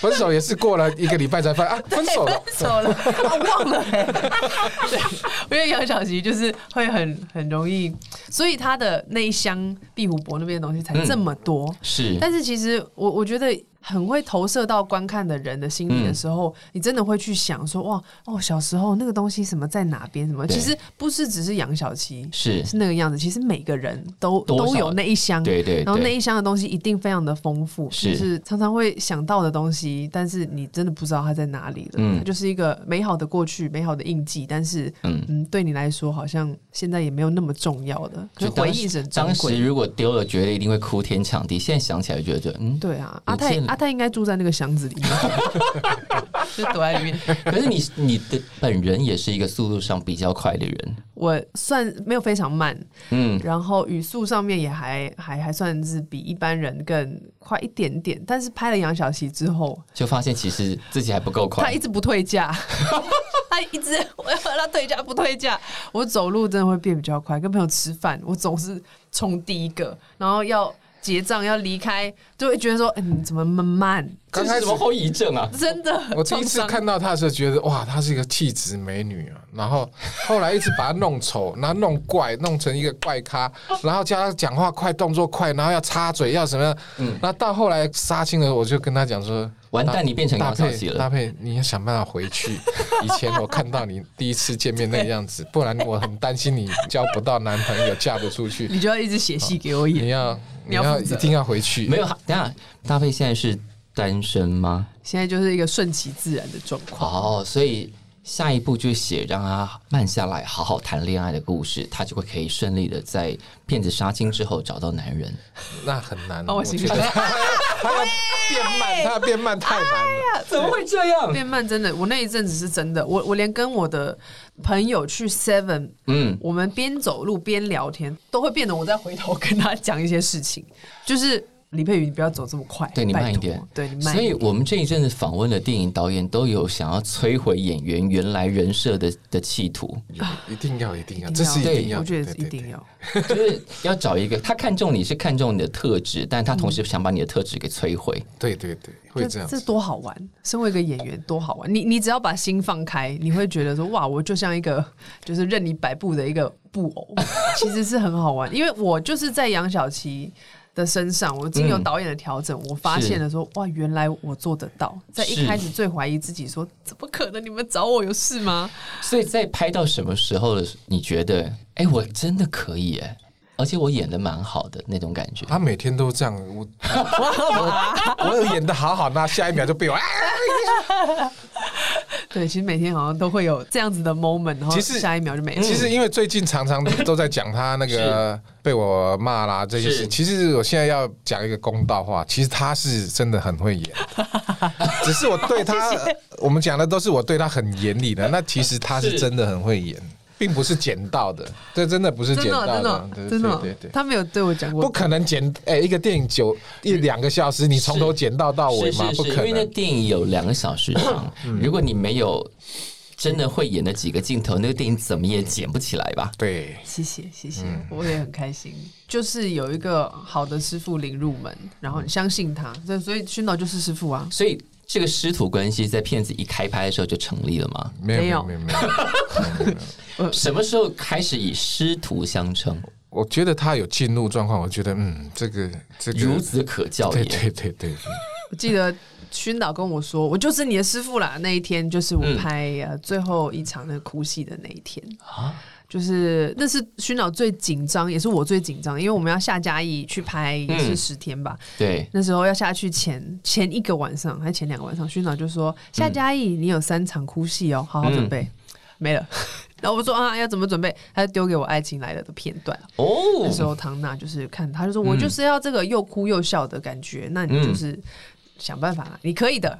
S2: 分手也是过了一个礼拜才 发现啊，分手了
S3: 。分 手了，我
S1: 哦
S3: 忘了哎。 对，因为杨小琪就是会很很容易，所以他的那一箱壁虎博那边的东西
S1: 嗯
S3: 才这么多。
S1: 是
S3: 但是其实我我觉得很会投射到观看的人的心
S1: 嗯
S3: 里的时候，你真的会去想说哇哦，小时候那个东西什么在哪边什么，
S1: 对
S3: 其实不是只是杨小七
S1: 是，
S3: 是那个样子，其实每个人都
S1: 多少
S3: 都有那一箱。
S1: 对对
S3: 然后那
S1: 对，
S3: 一箱的东西一定非常的丰富，
S1: 是
S3: 就是常常会想到的东西，但是你真的不知道它在哪里了。
S1: 嗯
S3: 它就是一个美好的过去，美好的印记，但是
S1: 嗯。
S3: 嗯，对你来说好像现在也没有那么重要的，
S1: 就
S3: 可
S1: 是当
S3: 回
S1: 时
S3: 忆是很珍
S1: 当
S3: 贵的。
S1: 时如果丢了，觉得一定会哭天抢地。现在想起来，觉得嗯，
S3: 对啊，
S1: 你
S3: 阿泰
S1: 见了
S3: 阿泰应该住在那个箱子里面， 就躲在里面。
S1: 可是你你的本人也是一个速度上比较快的人，
S3: 我算没有非常慢，
S1: 嗯，
S3: 然后语速上面也还还还算是比一般人更快一点点，但是拍了杨小琪之后，
S1: 就发现其实自己还不够
S3: 他
S1: 快
S3: 一。直不退价， 他一直我要让他退价不退价。我走路真的会变比较快，跟朋友吃饭我总是冲第一个，然后要结账要离开，就会觉得说，嗯、你怎么那么慢？
S1: 这
S2: 刚
S1: 是
S2: 开
S1: 什
S2: 始
S1: 么后遗症啊？
S3: 真的，
S2: 我第一次
S3: 创伤
S2: 看到她的时候，觉得哇，她是一个气质美女啊。然后后来一直把她弄丑，然后弄怪，弄成一个怪咖，然后叫她讲话快，动作快，然后要插嘴，要什么样？嗯。那到后来杀青了，我就跟她讲说：“
S1: 完蛋
S2: 搭
S1: 你变成
S2: 搭
S1: 杨小
S2: 配
S1: 琪了
S2: 搭配，你要想办法回去。以前我看到你第一次见面那个样 子，不然我很担心你交不到男朋友，嫁不出去。
S3: 你就要一直写戏给我演
S2: 你。要
S3: 你
S2: 你
S3: 要
S2: 要
S3: 负责
S2: 一定要回去。
S1: 没有，等一下搭配现在是单身吗？
S3: 现在就是一个顺其自然的状况。
S1: 哦，所以下一步就写让他慢下来，好好谈恋爱的故事，他就会可以顺利的在骗子杀青之后找到男人。
S2: 那很难。
S3: 哦我
S2: 我
S3: 心
S2: 觉得 他要变慢，他要变慢太难了。
S4: 怎么会这
S2: 嗯
S4: 样？
S3: 变慢真的，我那一阵子是真的，我我连跟我的朋友去 Seven，嗯，我们边走路边聊天，都会变得我在回头跟他讲一些事情，就是李佩瑜，你不要走这么快，
S1: 对你
S3: 拜
S1: 慢一
S3: 托
S1: 点，
S3: 对你慢
S1: 所
S3: 一
S1: 以
S3: 点。
S1: 我们这一阵子访问的电影导演都有想要摧毁演员原来人设的的企图，
S2: 一定要，一定要，这是一定要的，
S3: 我觉得
S2: 对
S3: 一定。
S2: 对对
S3: 要。
S1: 就是要找一个他看中你是看中你的特质，但他同时想把你的特质给摧毁。
S2: 对对对，会这样
S3: 这
S2: 子。
S3: 多好玩！身为一个演员，多好玩！你你只要把心放开，你会觉得说哇，我就像一个就是任你摆布的一个布 偶，其实是很好玩。因为我就是在杨小琪的身上，我经由
S2: 嗯
S3: 导演的调整，我发现了说哇，原来我做得到。在一
S1: 是
S3: 开始最怀疑自己说，怎么可能？你们找我有事吗？
S1: 所以在拍到什么时候的时候，你觉得哎、我真的可以哎、而且我演的蛮好的那种感觉。
S2: 他每天都这样， 我我我演的好好，那下一秒就被我。啊
S3: 对，其实每天好像都会有这样子的 moment，然后
S2: 其实
S3: 下一秒就没了。
S1: 嗯
S2: 其实因为最近常常都在讲他 那个被我骂啦这些
S1: 是
S2: 事，其实我现在要讲一个公道话，其实他是真的很 会演，只是我对他，我们讲的都是我对他很严厉 的，那其实他是
S1: 是
S2: 真的很会演，并不是捡到的，这真的不是
S3: 真
S2: 捡
S3: 的
S2: 到
S3: 真
S1: 哦
S3: 的
S2: 对
S3: 真
S2: 对
S3: 的
S2: 对，对。
S3: 他没有对我讲过
S2: 不可能剪哎、一个电影九一两个小时，你从头剪到到尾
S1: 是
S2: 吗？
S1: 是
S2: 啊不
S1: 是，
S2: 可
S1: 因为那
S2: 能。嗯
S1: 电影有两个小时长，如果你没有真的会演的几个镜头，那个电影怎么也剪不起来吧？
S2: 对，
S3: 谢谢谢谢，我也很开心。就是有一个好的师傅领入门，然后你相信他，所以所以熏导就是师傅啊。
S1: 所以这个师徒关系在片子一开拍的时候就成立了吗？
S2: 没有没
S3: 没有
S2: 有没有没有，
S1: 什么时候开始以师徒相称？
S2: 我觉得他有进入状况，我觉得嗯，这个这个
S1: 孺子可教
S2: 对
S1: 也。
S2: 对对对，
S3: 我记得熏导跟我说，我就是你的师傅啦。那一天就是我拍、呃最后一场那个哭戏的那一天就是那是熏导最紧张，也是我最紧张，因为我们要下嘉义去拍也是
S1: 嗯
S3: 十天吧。
S1: 对
S3: 那时候要下去前前一个晚上还是前两个晚上，熏导就说：“夏
S2: 嗯
S3: 嘉义，你有三场哭戏哦，好好准备。没了。 然后我说：“啊，要怎么准备？”他就丢给我《爱情来了》的片段。那时
S1: 哦，
S3: 候唐娜就是看，
S2: 嗯
S3: 他就说：“我就是要这个又哭又笑的感觉。那你就是想办法啦，你可 以的。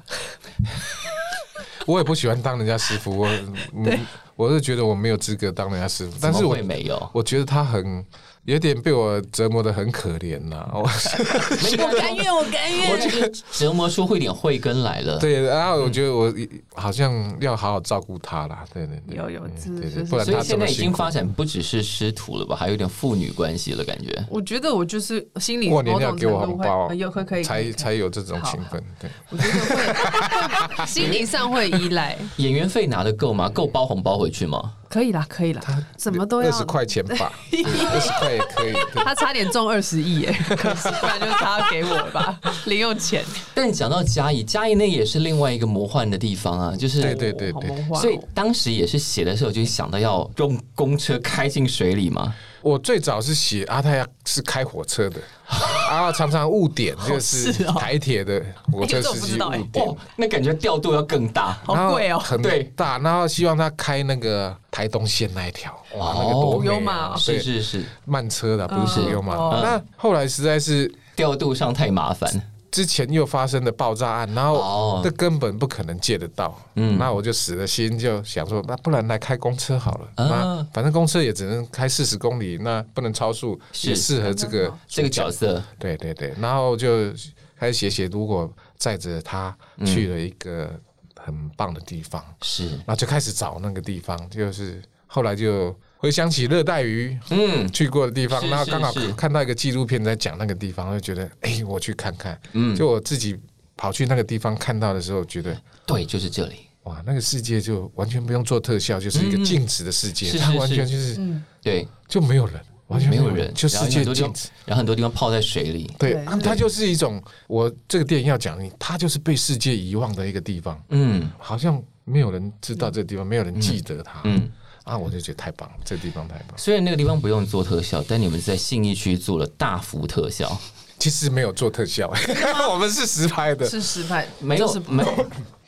S2: 我也不喜欢当人家师傅，我嗯，我是觉得我没有资格当人家师傅，但
S1: 怎
S2: 是
S1: 么
S2: 我，
S1: 会没有
S2: 我觉得他很有点被我折磨的很可怜呐、 我
S3: 我甘愿，我甘愿。
S1: 啊折磨出会点慧根来了。
S2: 对，然后我觉得我好像要好好照顾他啦，对对对，
S3: 有有这
S2: 对对，
S3: 这是
S2: 不然
S1: 所以
S2: 他这
S1: 现在
S2: 么
S1: 已
S2: 辛
S1: 经
S2: 苦。
S1: 发展不只是师徒了吧，还有点父女关系了，感觉”
S3: 我觉得我就是心里
S2: 过
S3: 某
S2: 年要
S3: 种程
S2: 给我
S3: 度
S2: 红
S3: 会
S2: 包
S3: 呃，有可可以，可
S2: 才
S3: 以
S2: 才有这种
S3: 好
S2: 情分，对。
S3: 我觉得 会心理上会依赖，
S1: 演员费拿的够吗？够包红包回去吗？
S3: 可以啦，可以啦，什么都要
S2: 二十块钱吧， 二十块也可以。对
S3: 他差点中二十亿耶，可惜不然就是他要给我了吧， 零用钱，
S1: 但讲到嘉义，嘉义那也是另外一个魔幻的地方啊，就是
S2: 对对对
S3: 好梦幻、
S1: 所以
S3: 哦。
S1: 当时也是写的时候就想到要用公车开进水里嘛，
S2: 我最早是写阿泰亚是开火车 的，啊，常常误点，就是
S3: 是哦
S2: 台铁的火车
S3: 哎这我不
S2: 司
S3: 知
S2: 机
S3: 道哎
S2: 误点
S1: 哦，，那感觉调度要更大。
S3: 好贵
S2: 然
S3: 哦
S2: 后，很
S1: 对
S2: 大，然后希望他开那个台东线那一条，哇，那个多
S3: 哦
S2: 美
S3: 有
S2: 啊
S3: 嘛！
S1: 是
S2: 对，
S1: 是是，
S2: 慢车的，不
S1: 是
S2: 是油嘛
S3: 哦。
S2: 那后来实在是
S1: 调度上太麻烦。
S2: 之前又发生的爆炸案，然
S1: 哦
S2: 后这根本不可能借得到。嗯，那我就死了心，就想说，那不然来开公车好了。
S1: 啊
S2: 那反正公车也只能开四十公里，那不能超速，
S1: 是
S2: 也适合这个。
S1: 这个角色
S2: 对对对，然后就开始写写，如果载着他去了一个很棒的地方，
S1: 是
S2: 然后就开始找那个地方，就是后来就回想起热带鱼，
S1: 嗯，
S2: 去过的地方
S1: 是，
S2: 然后
S1: 是
S2: 刚好
S1: 是
S2: 看到一个纪录片在讲那个地方，就觉得哎、我去看看。嗯，就我自己跑去那个地方看到的时候，觉得
S1: 对，就是这里。
S2: 哇，那个世界就完全不用做特效，就是一个静止的世界，
S1: 是是
S2: 它完
S1: 是
S2: 全就是、
S1: 对，
S2: 就没有人，完全
S1: 没有
S2: 有
S1: 人，
S2: 就世
S1: 然后
S2: 界
S1: 很多地
S2: 静
S1: 方
S2: 止。，
S1: 然后很多地方泡在水里。
S2: 对
S3: 对，
S2: 啊它就是一种我这个电影要讲你，它就是被世界遗忘的一个地方，
S1: 嗯
S2: 好像没有人知道这个地方，没有人记得它。
S1: 嗯，
S2: 啊，我就觉得太棒，这个地方太棒。
S1: 虽然那个地方不用做特效，但你们在信义区做了大幅特效，
S2: 其实没有做特效，我们是实拍的。
S3: 是失败，
S1: 没有
S3: 就是
S1: 没有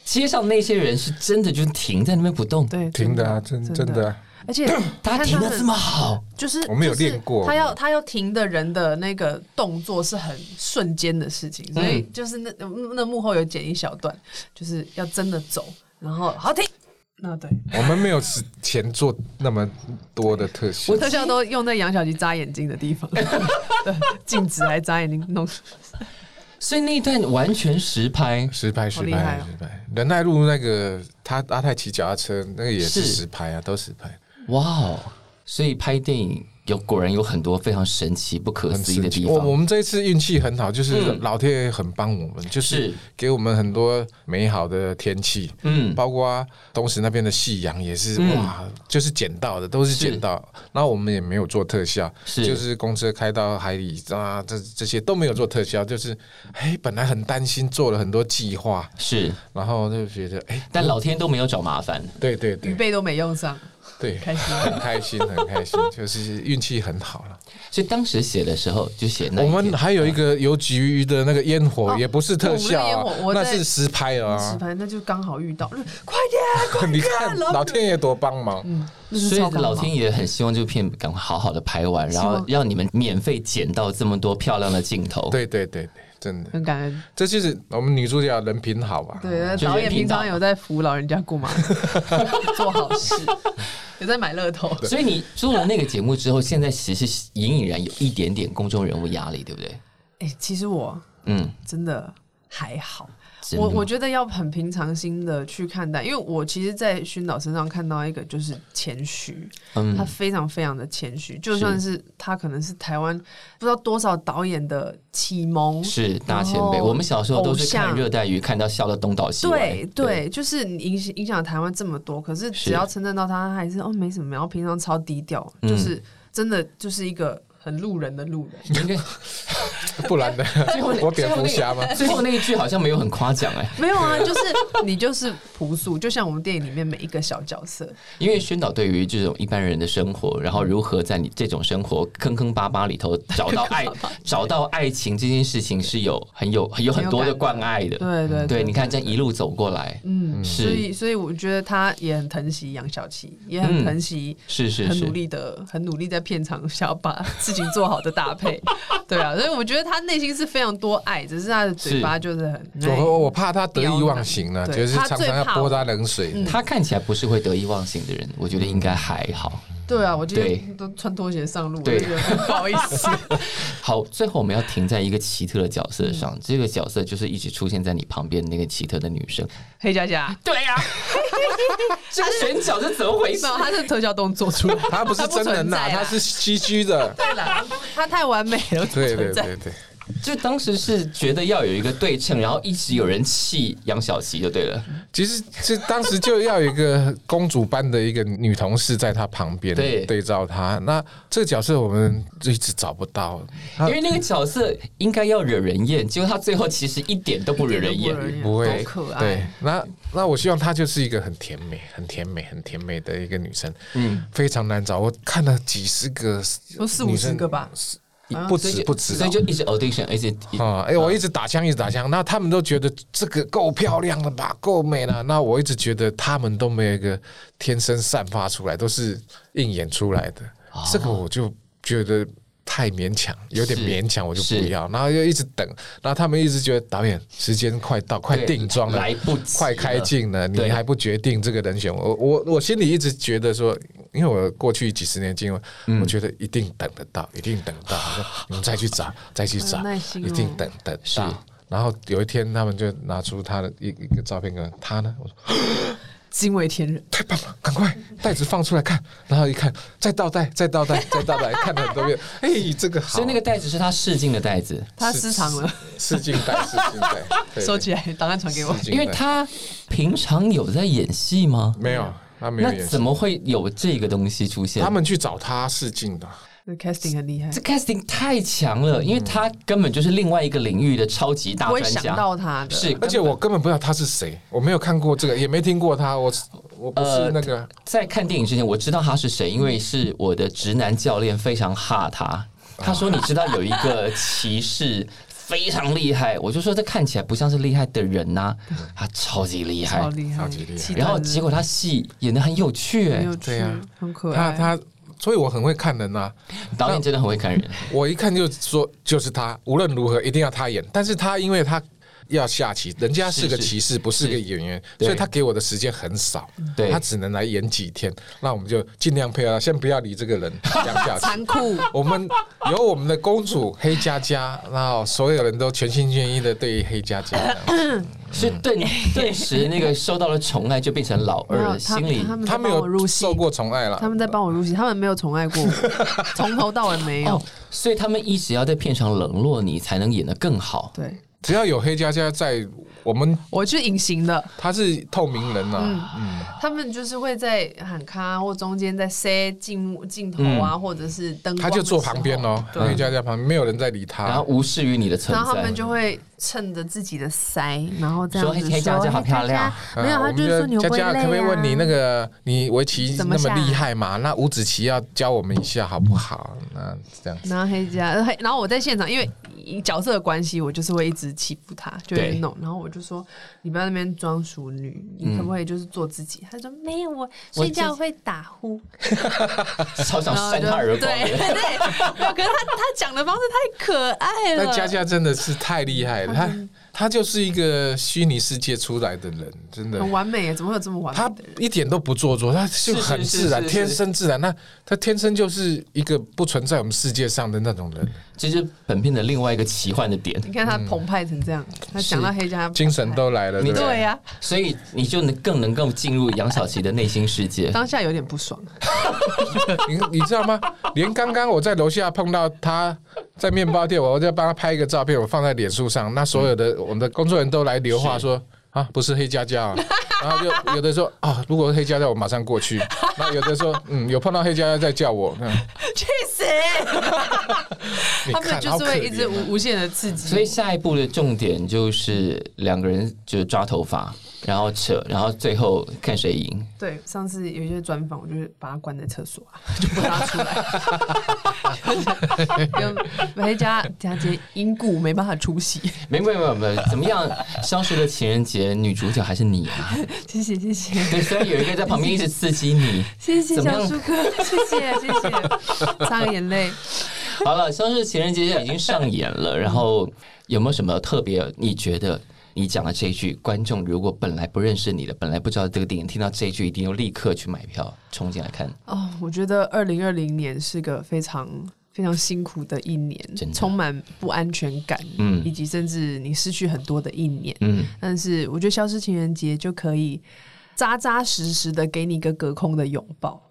S1: 街上那些人是真的就停在那边不动，
S3: 对，
S2: 停的啊，真真的啊，
S3: 而且
S1: 他
S3: 看
S1: 停
S3: 他
S1: 的
S3: 们
S1: 这么好，
S3: 就是
S2: 我们有
S3: 就是
S2: 练过
S3: 他要他要停的人的那个动作是很瞬间的事情，所以就是那那幕后有剪一小段，就是要真的走，然后好停。那 对，
S2: 我们没有时前做那么多的特效
S1: 我，
S3: 特效都用在杨小吉扎眼睛的地方， 对，镜子还扎眼睛弄。
S1: 所以那一段完全实拍，
S2: 实拍实
S3: 好厉害
S2: 拍
S3: 哦
S2: 实拍。仁爱路那个他阿泰骑脚踏车那个也是
S1: 是
S2: 实拍啊，都实拍，
S1: 哇哦！所以拍电影有果然有很多非常神奇、不可
S2: 很
S1: 思议的
S2: 神奇。
S1: 地
S2: 我我
S1: 方，
S2: 们这一次运气很好，就是
S1: 嗯
S2: 老天爷很帮我们，就是
S1: 是
S2: 给我们很多美好的天气，
S1: 嗯，
S2: 包括东石那边的夕阳也是、
S1: 嗯
S2: 哇，就是捡到的，都是捡到。然后我们也没有做特效，
S1: 是
S2: 就是公车开到海里啊，这这些都没有做特效，就是哎，本来很担心，做了很多计划，
S1: 是，
S2: 然后就觉得哎，
S1: 但老天都没有找麻烦，
S2: 对对
S3: 鱼
S2: 对
S3: 背都没用上，
S2: 对，
S3: 开心
S2: 很开心，很开心，就是运气很好了。
S1: 所以当时写的时候就写那
S2: 我
S1: 一
S2: 们
S1: 点
S2: 还有一个邮局的那个烟火，
S3: 嗯哦
S2: 也不是特效、
S3: 我们的烟火
S2: 啊，
S3: 我在嗯
S2: 那是实拍
S3: 石
S2: 啊。
S3: 牌那就刚好遇到，
S1: 嗯
S3: 快点， 快点！
S2: 你 看老天爷多帮忙，
S3: 那是
S1: 所以
S3: 超感
S1: 老
S3: 冒
S1: 天爷很希望这部片赶快好好的拍完，
S3: 希
S1: 然
S3: 望
S1: 后让你们免费捡到这么多漂亮的镜头。，
S2: 对对对对，真的，
S3: 很感恩。
S2: 这就是我们女主角人品好吧？
S3: 对，
S1: 哦就是
S3: 导演平
S1: 频道
S3: 常有在扶老人家 过马路，做好事，有在买乐透。
S1: 所以你做了那个节目之后，现在其实隐隐然有一点点公众人物压力，对不对？
S3: 哎、其实我
S1: 嗯，
S3: 真的还好。
S1: 真的
S3: 我我觉得要很平常心的去看待，因为我其实，在熏导身上看到一个就是谦虚，
S1: 嗯
S3: 他非常非常的谦虚，就算是他可能是台湾不知道多少导演的启蒙，
S1: 是大前辈，
S3: 然后
S1: 我们小时候都
S3: 哦偶
S1: 是
S3: 像
S1: 看热带鱼，看到笑到东倒西歪。
S3: 对对，就是你影响影响台湾这么多，可是
S1: 是
S3: 只要称赞到他，他还是哦没什么，然后平常超低调，
S1: 嗯
S3: 就是真的就是一个很路人的路人。
S1: 应该
S2: 不然呢？我蝙蝠侠吗？
S1: 最后那一句好像没有很夸奖哎，
S3: 没有啊，就是你就是朴素，就像我们电影里面每一个小角色，
S1: 因为宣导对于这种一般人的生活，然后如何在你这种生活坑坑巴巴里头找 到爱、找到爱情这件事情是有很有有很多的关爱的。
S3: 对对
S1: 对，你看这样一路走过来，
S3: 嗯，所
S1: 是
S3: 以所以我觉得他也很疼惜杨小琪，也很
S1: 嗯
S3: 疼惜。
S1: 是是
S3: 很
S1: 是
S3: 努，力的，很努力在片场想要把事情做好的搭配， 对啊，所以我觉得他内心是非常多爱，只是他的嘴
S1: 是
S3: 巴就是很哎
S2: 我我怕他得意忘形了，
S3: 对
S2: 就是常常要泼他冷
S3: 嗯
S2: 水。
S1: 他看起来不是会得意忘形的人，我觉得应该还好。
S3: 对啊，我今
S1: 对
S3: 天都穿拖鞋上路，我
S1: 对
S3: 就觉得很不好意思。
S1: 好，最后我们要停在一个奇特的角色
S3: 嗯
S1: 上，这个角色就是一直出现在你旁边那个奇特的女生。
S3: 黑佳佳，
S1: 对 呀、这个选角是怎么回
S3: 没
S1: 事
S3: 有，？他是特效动作出来，
S2: 他不是真人呐，他
S3: 他不存在啦
S2: 是 CG 的。
S3: 对啦， 他太完美了，不
S2: 对对
S3: 存在
S2: 对对，
S1: 就当时是觉得要有一个对称，然后一直有人气杨小琪就对了。
S2: 其实这当时就要有一个公主般的一个女同事在他旁边
S1: 对
S2: 对照他，那这个角色我们就一直找不到。他
S1: 因为那个角色应该要惹人厌，结果他最后其实一点都不惹人
S3: 一点
S1: 厌
S3: 都。不惹人厌
S2: 不会
S3: 好可爱
S2: 对，那那我希望她就是一个很甜美、很甜美、很甜美的一个女生，嗯，非常难找。我看了几十个，
S3: 不四五十个吧，
S2: 啊不
S1: 所以
S2: 止
S1: 就
S2: 不止，
S1: 所以就一直 audition，而且一
S2: 啊，哎、我一直打枪，一直打枪，那他们都觉得这个够漂亮了吧，够美了。那我一直觉得他们都没有一个天生散发出来，都是硬演出来的。这个我就觉得太勉强，有点
S1: 哦是
S2: 勉强，我就是不要。然后又一直等，然后他们一直觉得导演时间快到，快
S1: 对
S2: 定妆了，
S1: 来不及了
S2: 快开镜了，你
S1: 对
S2: 还不决定这个人选？我我我心里一直觉得说，因为我过去几十年经验，
S1: 嗯
S2: 我觉得一定等得到，一定等得到。我说你们再去找，再去找
S3: 好有耐，心哦
S2: 一定等得到。然后有一天，他们就拿出他的一一个照片给我，他呢，我说
S3: 惊为天人。
S2: 太棒了，赶快袋子放出来看，然后一看，再倒带，再倒带，再倒带，看了很多遍，哎，这个好，
S1: 所以那个袋子是他试镜的袋子，
S3: 他失常了，
S2: 试镜带，试镜带，对
S3: 收起来，档案传给我。
S2: 试镜
S1: 因为
S2: 带
S1: 他平常有在演戏吗？
S2: 没有，他没有
S1: 那
S2: 演
S1: 怎
S2: 戏，
S1: 么会有这个东西出现？
S2: 他们去找他试镜的。
S3: 那 casting 很厉害
S1: 这，casting 太强了，因为他根本就是另外一个领域的超级大
S3: 不会
S1: 专
S3: 想
S1: 家。
S3: 到他的。
S1: 是，
S2: 而且
S1: 根本
S2: 我根本不知道他是谁，我没有看过这个，也没听过他，我我不是那个，
S1: 在看电影之前，我知道他是谁，因为是我的直男教练非常哈他。他说：“你知道有一个骑士非常厉害。我就说这看起来不像是厉害的人 呐、他超级厉害
S3: 超。厉害，
S2: 超级厉害
S3: 期待
S1: 然后
S3: 了
S1: 结果他戏演的很有趣、
S3: 很
S1: 哎，
S3: 有趣
S2: 对啊，
S3: 很可
S2: 他
S3: 爱。
S2: 他，所以我很会看人啊呐、
S1: 导演真的很会看 人，
S2: 我一看就说就是他，无论如何一定要他演。但是他因为他要下棋，人家是个
S1: 是是
S2: 棋士，不是个
S1: 是
S2: 演员，
S1: 对
S2: 所以他给我的时间很少，
S1: 对
S2: 他只能来演几天。那我们就尽量配合他，先不要理这个人，这样 下去。
S3: 残酷，
S2: 我们有我们的公主黑佳佳，然后所有人都全心全意的对黑佳 佳这样子。
S1: 是 顿顿时那个受到了宠爱，就变成老 二
S3: 然后
S1: 了，
S3: 他
S1: 心里
S3: 他们
S2: 他
S3: 在
S2: 没
S3: 帮我入
S2: 有
S3: 戏
S2: 受，过宠爱了，
S3: 他们在帮我入戏，他们没有宠爱过我，从头到尾没有
S1: 哦。，所以他们一直要在片场冷落你，才能演得更好。
S3: 对，
S2: 只要有黑佳佳在，我们
S3: 我去隐形的，
S2: 他是透明人呐、嗯，
S3: 他们就是会在喊卡或中间在塞镜镜头啊，或者是灯光的时
S2: 他
S3: 候，
S2: 就坐旁边哦，
S3: 对
S2: 黑佳佳旁边没有人在理他，
S1: 啊然后无视于你的存
S3: 然后他
S1: 在，
S3: 们就会趁着自己的腮，然后这样子
S1: 说黑佳佳好漂亮
S2: 啊
S3: 黑佳佳没有，哦他就是说你
S2: 佳
S3: 会不会累
S2: 佳
S3: 啊？
S2: 可不可以问你那个你围棋
S3: 怎么
S2: 那么
S3: 下
S2: 厉害嘛？那五子棋要教我们一下好不好？那这样子，
S3: 然后黑家，呃黑然后我在现场，因为角色的关系，我就是会一直欺负他，就会
S1: 对
S3: 弄。然后我就说，你不要在那边装熟女，你可不可以就是做自己？他说没有，我睡觉会打呼。
S1: 超想
S3: 然后我
S1: 扇
S3: 就
S1: 他耳光
S3: 对
S1: 的。
S3: 对，没有。可是他他讲的方式太可爱
S2: 那
S3: 了。
S2: 佳佳真的是太厉害了，她她就是一个虚拟世界出来的人，真的
S3: 很。完美耶，怎么会有这么完
S2: 她
S3: 美的人？
S2: 一点都不做作，她就是很
S1: 是
S2: 自然，
S1: 是是
S2: 天生自然。那她天生就是一个不存在我们世界上的那种人，
S1: 这是本片的另外一个奇幻的点，
S3: 你看他澎湃成这样，他讲到黑家，
S2: 精神都来了，
S1: 你
S2: 对不
S3: 对啊
S2: 对？
S3: 呀，
S1: 所以你就能更能够进入杨小琪的内心世界。
S3: 当下有点不爽。
S2: 你你知道吗？连刚刚我在楼下碰到他，在面包店，我在帮他拍一个照片，我放在脸书上。那所有
S3: 嗯
S2: 的我们的工作人员都来留话说啊，不是黑佳佳 啊。然后就有的说啊，如果是黑佳佳，我马上过 去。那有的说嗯，有碰到黑佳佳在叫我。嗯，
S3: 去死！
S2: 你
S3: 他们
S2: 看，
S3: 就是会一直
S2: 好可怜啊
S3: 无无限的刺激。
S1: 所以下一步的重点就是两个人就抓头发，然后扯，然后最后看谁赢。
S3: 对，上次有一些专访，我就是把他关在厕所啊， 就不让他出来，就是跟回家佳姐因故没办法出席。
S1: 没没没没，怎么样？消失的情人节女主角还是你啊？
S3: 谢谢谢谢
S1: 对，虽然有一个在旁边一直刺激你。
S3: 谢谢
S1: 怎么
S3: 小
S1: 样
S3: 树哥，谢谢谢谢，擦个眼泪。
S1: 好了，消失的情人节已经上演了，然后有没有什么特别？你觉得你讲的这一句，观众如果本来不认识你的，本来不知道这个电影，听到这一句，一定要立刻去买票冲进来看。
S3: 哦，我觉得二零二零年是个非常非常辛苦的一
S1: 真
S3: 年，
S1: 的
S3: 充满不安全感，
S1: 嗯
S3: 以及甚至你失去很多的一年。
S1: 嗯，
S3: 但是我觉得消失情人节就可以扎扎实实的给你一个隔空的拥抱。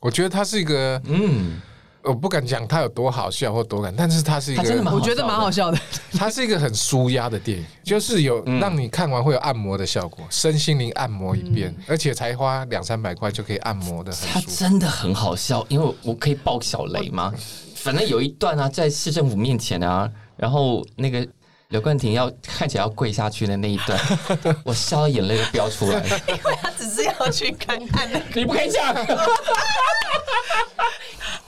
S2: 我觉得他是一个，
S1: 嗯，
S2: 我不敢讲他有多好笑或多感，但是他是一
S1: 他真的
S2: 个
S1: 蛮，
S3: 我觉得蛮好笑的，
S2: 他是一个很舒压的电影，
S3: 嗯
S2: 就是有让你看完会有按摩的效果，身心灵按摩一遍，
S3: 嗯
S2: 而且才花两三百块就可以按摩的
S1: 他
S2: 很舒服。
S1: 真的很好笑，因为我可以爆小雷吗？反正有一段啊，在市政府面前啊，然后那个刘冠廷要看起来要跪下去的那一段，我笑到眼泪都飙出来。
S3: 他只是要去看看那个。
S1: 你不可以讲，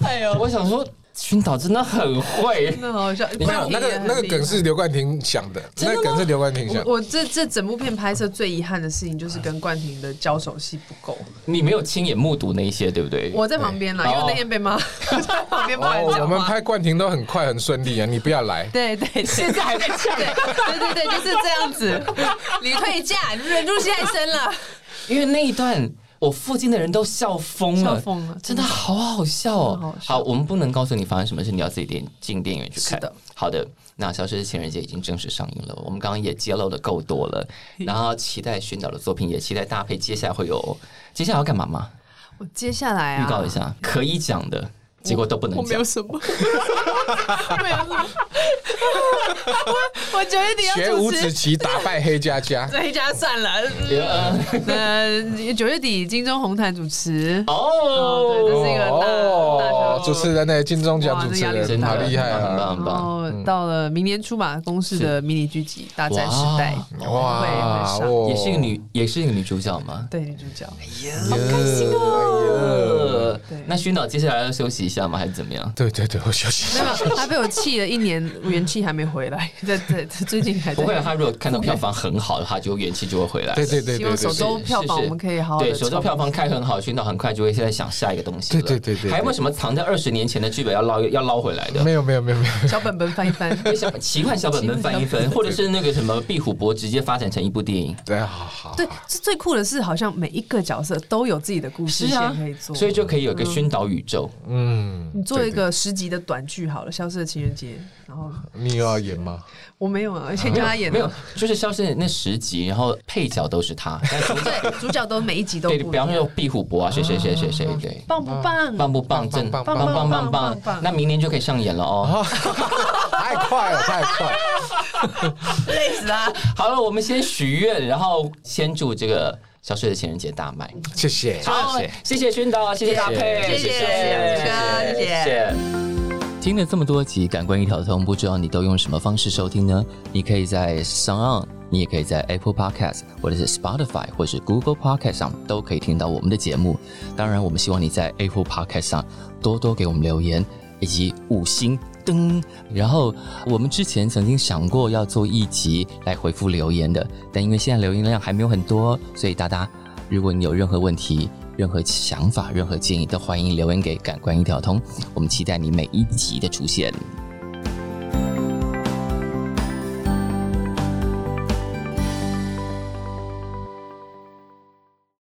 S3: 哎呦，
S1: 我想说，熏导真的很会。
S3: 真的好笑。
S2: 没有，那个那个梗是刘冠廷想的，那个梗是刘冠廷想的
S3: 我。我这这整部片拍摄最遗憾的事情就是跟冠廷的交手戏不够。
S1: 你没有亲眼目睹那一些，对不对？
S3: 我在旁边啦，
S1: 对
S3: 因为那天被骂，我在旁边骂人
S2: 哦，我
S3: 讲
S2: 们
S3: 话。
S2: 拍冠廷都很快很顺利啊，你不要来。
S3: 对对，现在还在呛，对对对对，就是这样子。你退嫁，你忍住现在生了，
S1: 因为那一段我附近的人都笑疯了，
S3: 笑疯了
S1: 真的好好笑哦。
S3: 真的好好笑
S1: 我们不能告诉你发生什么事，你要自己电进电影院去看。
S3: 是的，
S1: 好的。那《消失的情人节》已经正式上映了，我们刚刚也揭露的够多了，然后期待宣导的作品，也期待搭配接下来会有，接下来要干嘛吗？
S3: 我接下来啊，
S1: 预告一下，可以讲的，结果都不能
S3: 我没
S1: 讲
S3: 有。什么，我没有什么，我我觉得你
S2: 学
S3: 要
S2: 五
S3: 主
S2: 子
S3: 持。
S2: 棋打败黑佳佳，
S3: 这一家算了，
S1: 呃
S3: 呃，九月底金钟红毯主持，哦 对这
S1: 哦，
S3: 是一个大大
S2: 哦
S3: 小，
S2: 主持人呢，金钟奖主持
S3: 哇这
S2: 人
S3: 压
S2: 好
S3: 力很大
S2: 厉害
S1: 很
S2: 啊！
S1: 棒很
S3: 然
S1: 棒。
S3: 后到了明年出马公式的迷你剧集《大战时代》
S2: 哇
S3: 会会上，
S2: 哦
S1: 也是一个女，也是一个女主角吗？
S3: 对女主角，
S1: 好开心哦！
S2: 哎呀
S1: 呃
S3: 对
S1: 那宣导接下来要休息一下吗？还是怎么样？
S2: 对对对，我休息一
S3: 没
S2: 下。
S3: 有，他被我气了一年，元气还没回来。 对对，对最近还在
S1: 不会啊，他如果看到票房很好的话，就元气就会回来。
S2: 对对对
S3: 希
S2: 对
S3: 望首
S2: 对
S3: 周票房
S1: 是是
S3: 我们可以好好
S1: 对
S3: 的。
S1: 首周票房开很好，宣导很快就会现在想下一个东西了。
S2: 对对对对对
S1: 还有没有什么藏在二十年前的剧本要捞要捞回来
S2: 对，
S1: 的？
S2: 没有没有没有没有，
S3: 小本本翻一翻。
S1: 小奇幻小本本翻一翻，或者是那个什么壁虎博直接发展成一部电影。
S2: 对，哎好好。
S3: 对，这最酷的是，好像每一个角色都有自己的故事
S1: 是啊
S3: 线可以，做。
S1: 所以就可以有一个宣导宇宙。
S2: 嗯，
S3: 你做
S2: 对
S3: 一，个十集的短剧好了，《消失的情人节》，然后
S2: 对你又要演吗？
S3: 我没有啊，而且跟他演
S1: 没有，就是消失的那十集，然后配角都是他，但 主角
S3: 对，主角都每一集都
S1: 对，
S3: 不
S1: 比
S3: 一样哦
S1: 方说壁虎博啊，谁谁谁谁谁，对，
S3: 棒不棒？
S1: 棒不棒？正
S2: 棒
S1: 棒
S2: 棒
S1: 棒
S3: 棒
S1: 棒
S3: 棒
S1: 棒
S3: 棒
S1: 那明年就可以上演了哦。
S2: 太快了，太快了！
S3: 累死他！
S1: 好了，我们先许愿，然后先祝这个消失的情人节大卖。
S2: 谢谢。
S1: 好，谢谢宣导，谢谢大佩，
S3: 谢谢谢谢谢谢
S1: 谢。听了这么多集《感官一条通》，不知道你都用什么方式收听呢？你可以在 s o n 你也可以在 Apple Podcast 或者是 Spotify 或是 Google Podcast 上都可以听到我们的节目。当然，我们希望你在 Apple Podcast 上多多给我们留言以及五星。噔，然后我们之前曾经想过要做一集来回复留言的，但因为现在留言量还没有很多，所以大家如果你有任何问题、任何想法、任何建议，都欢迎留言给感官一条通。我们期待你每一集的出现。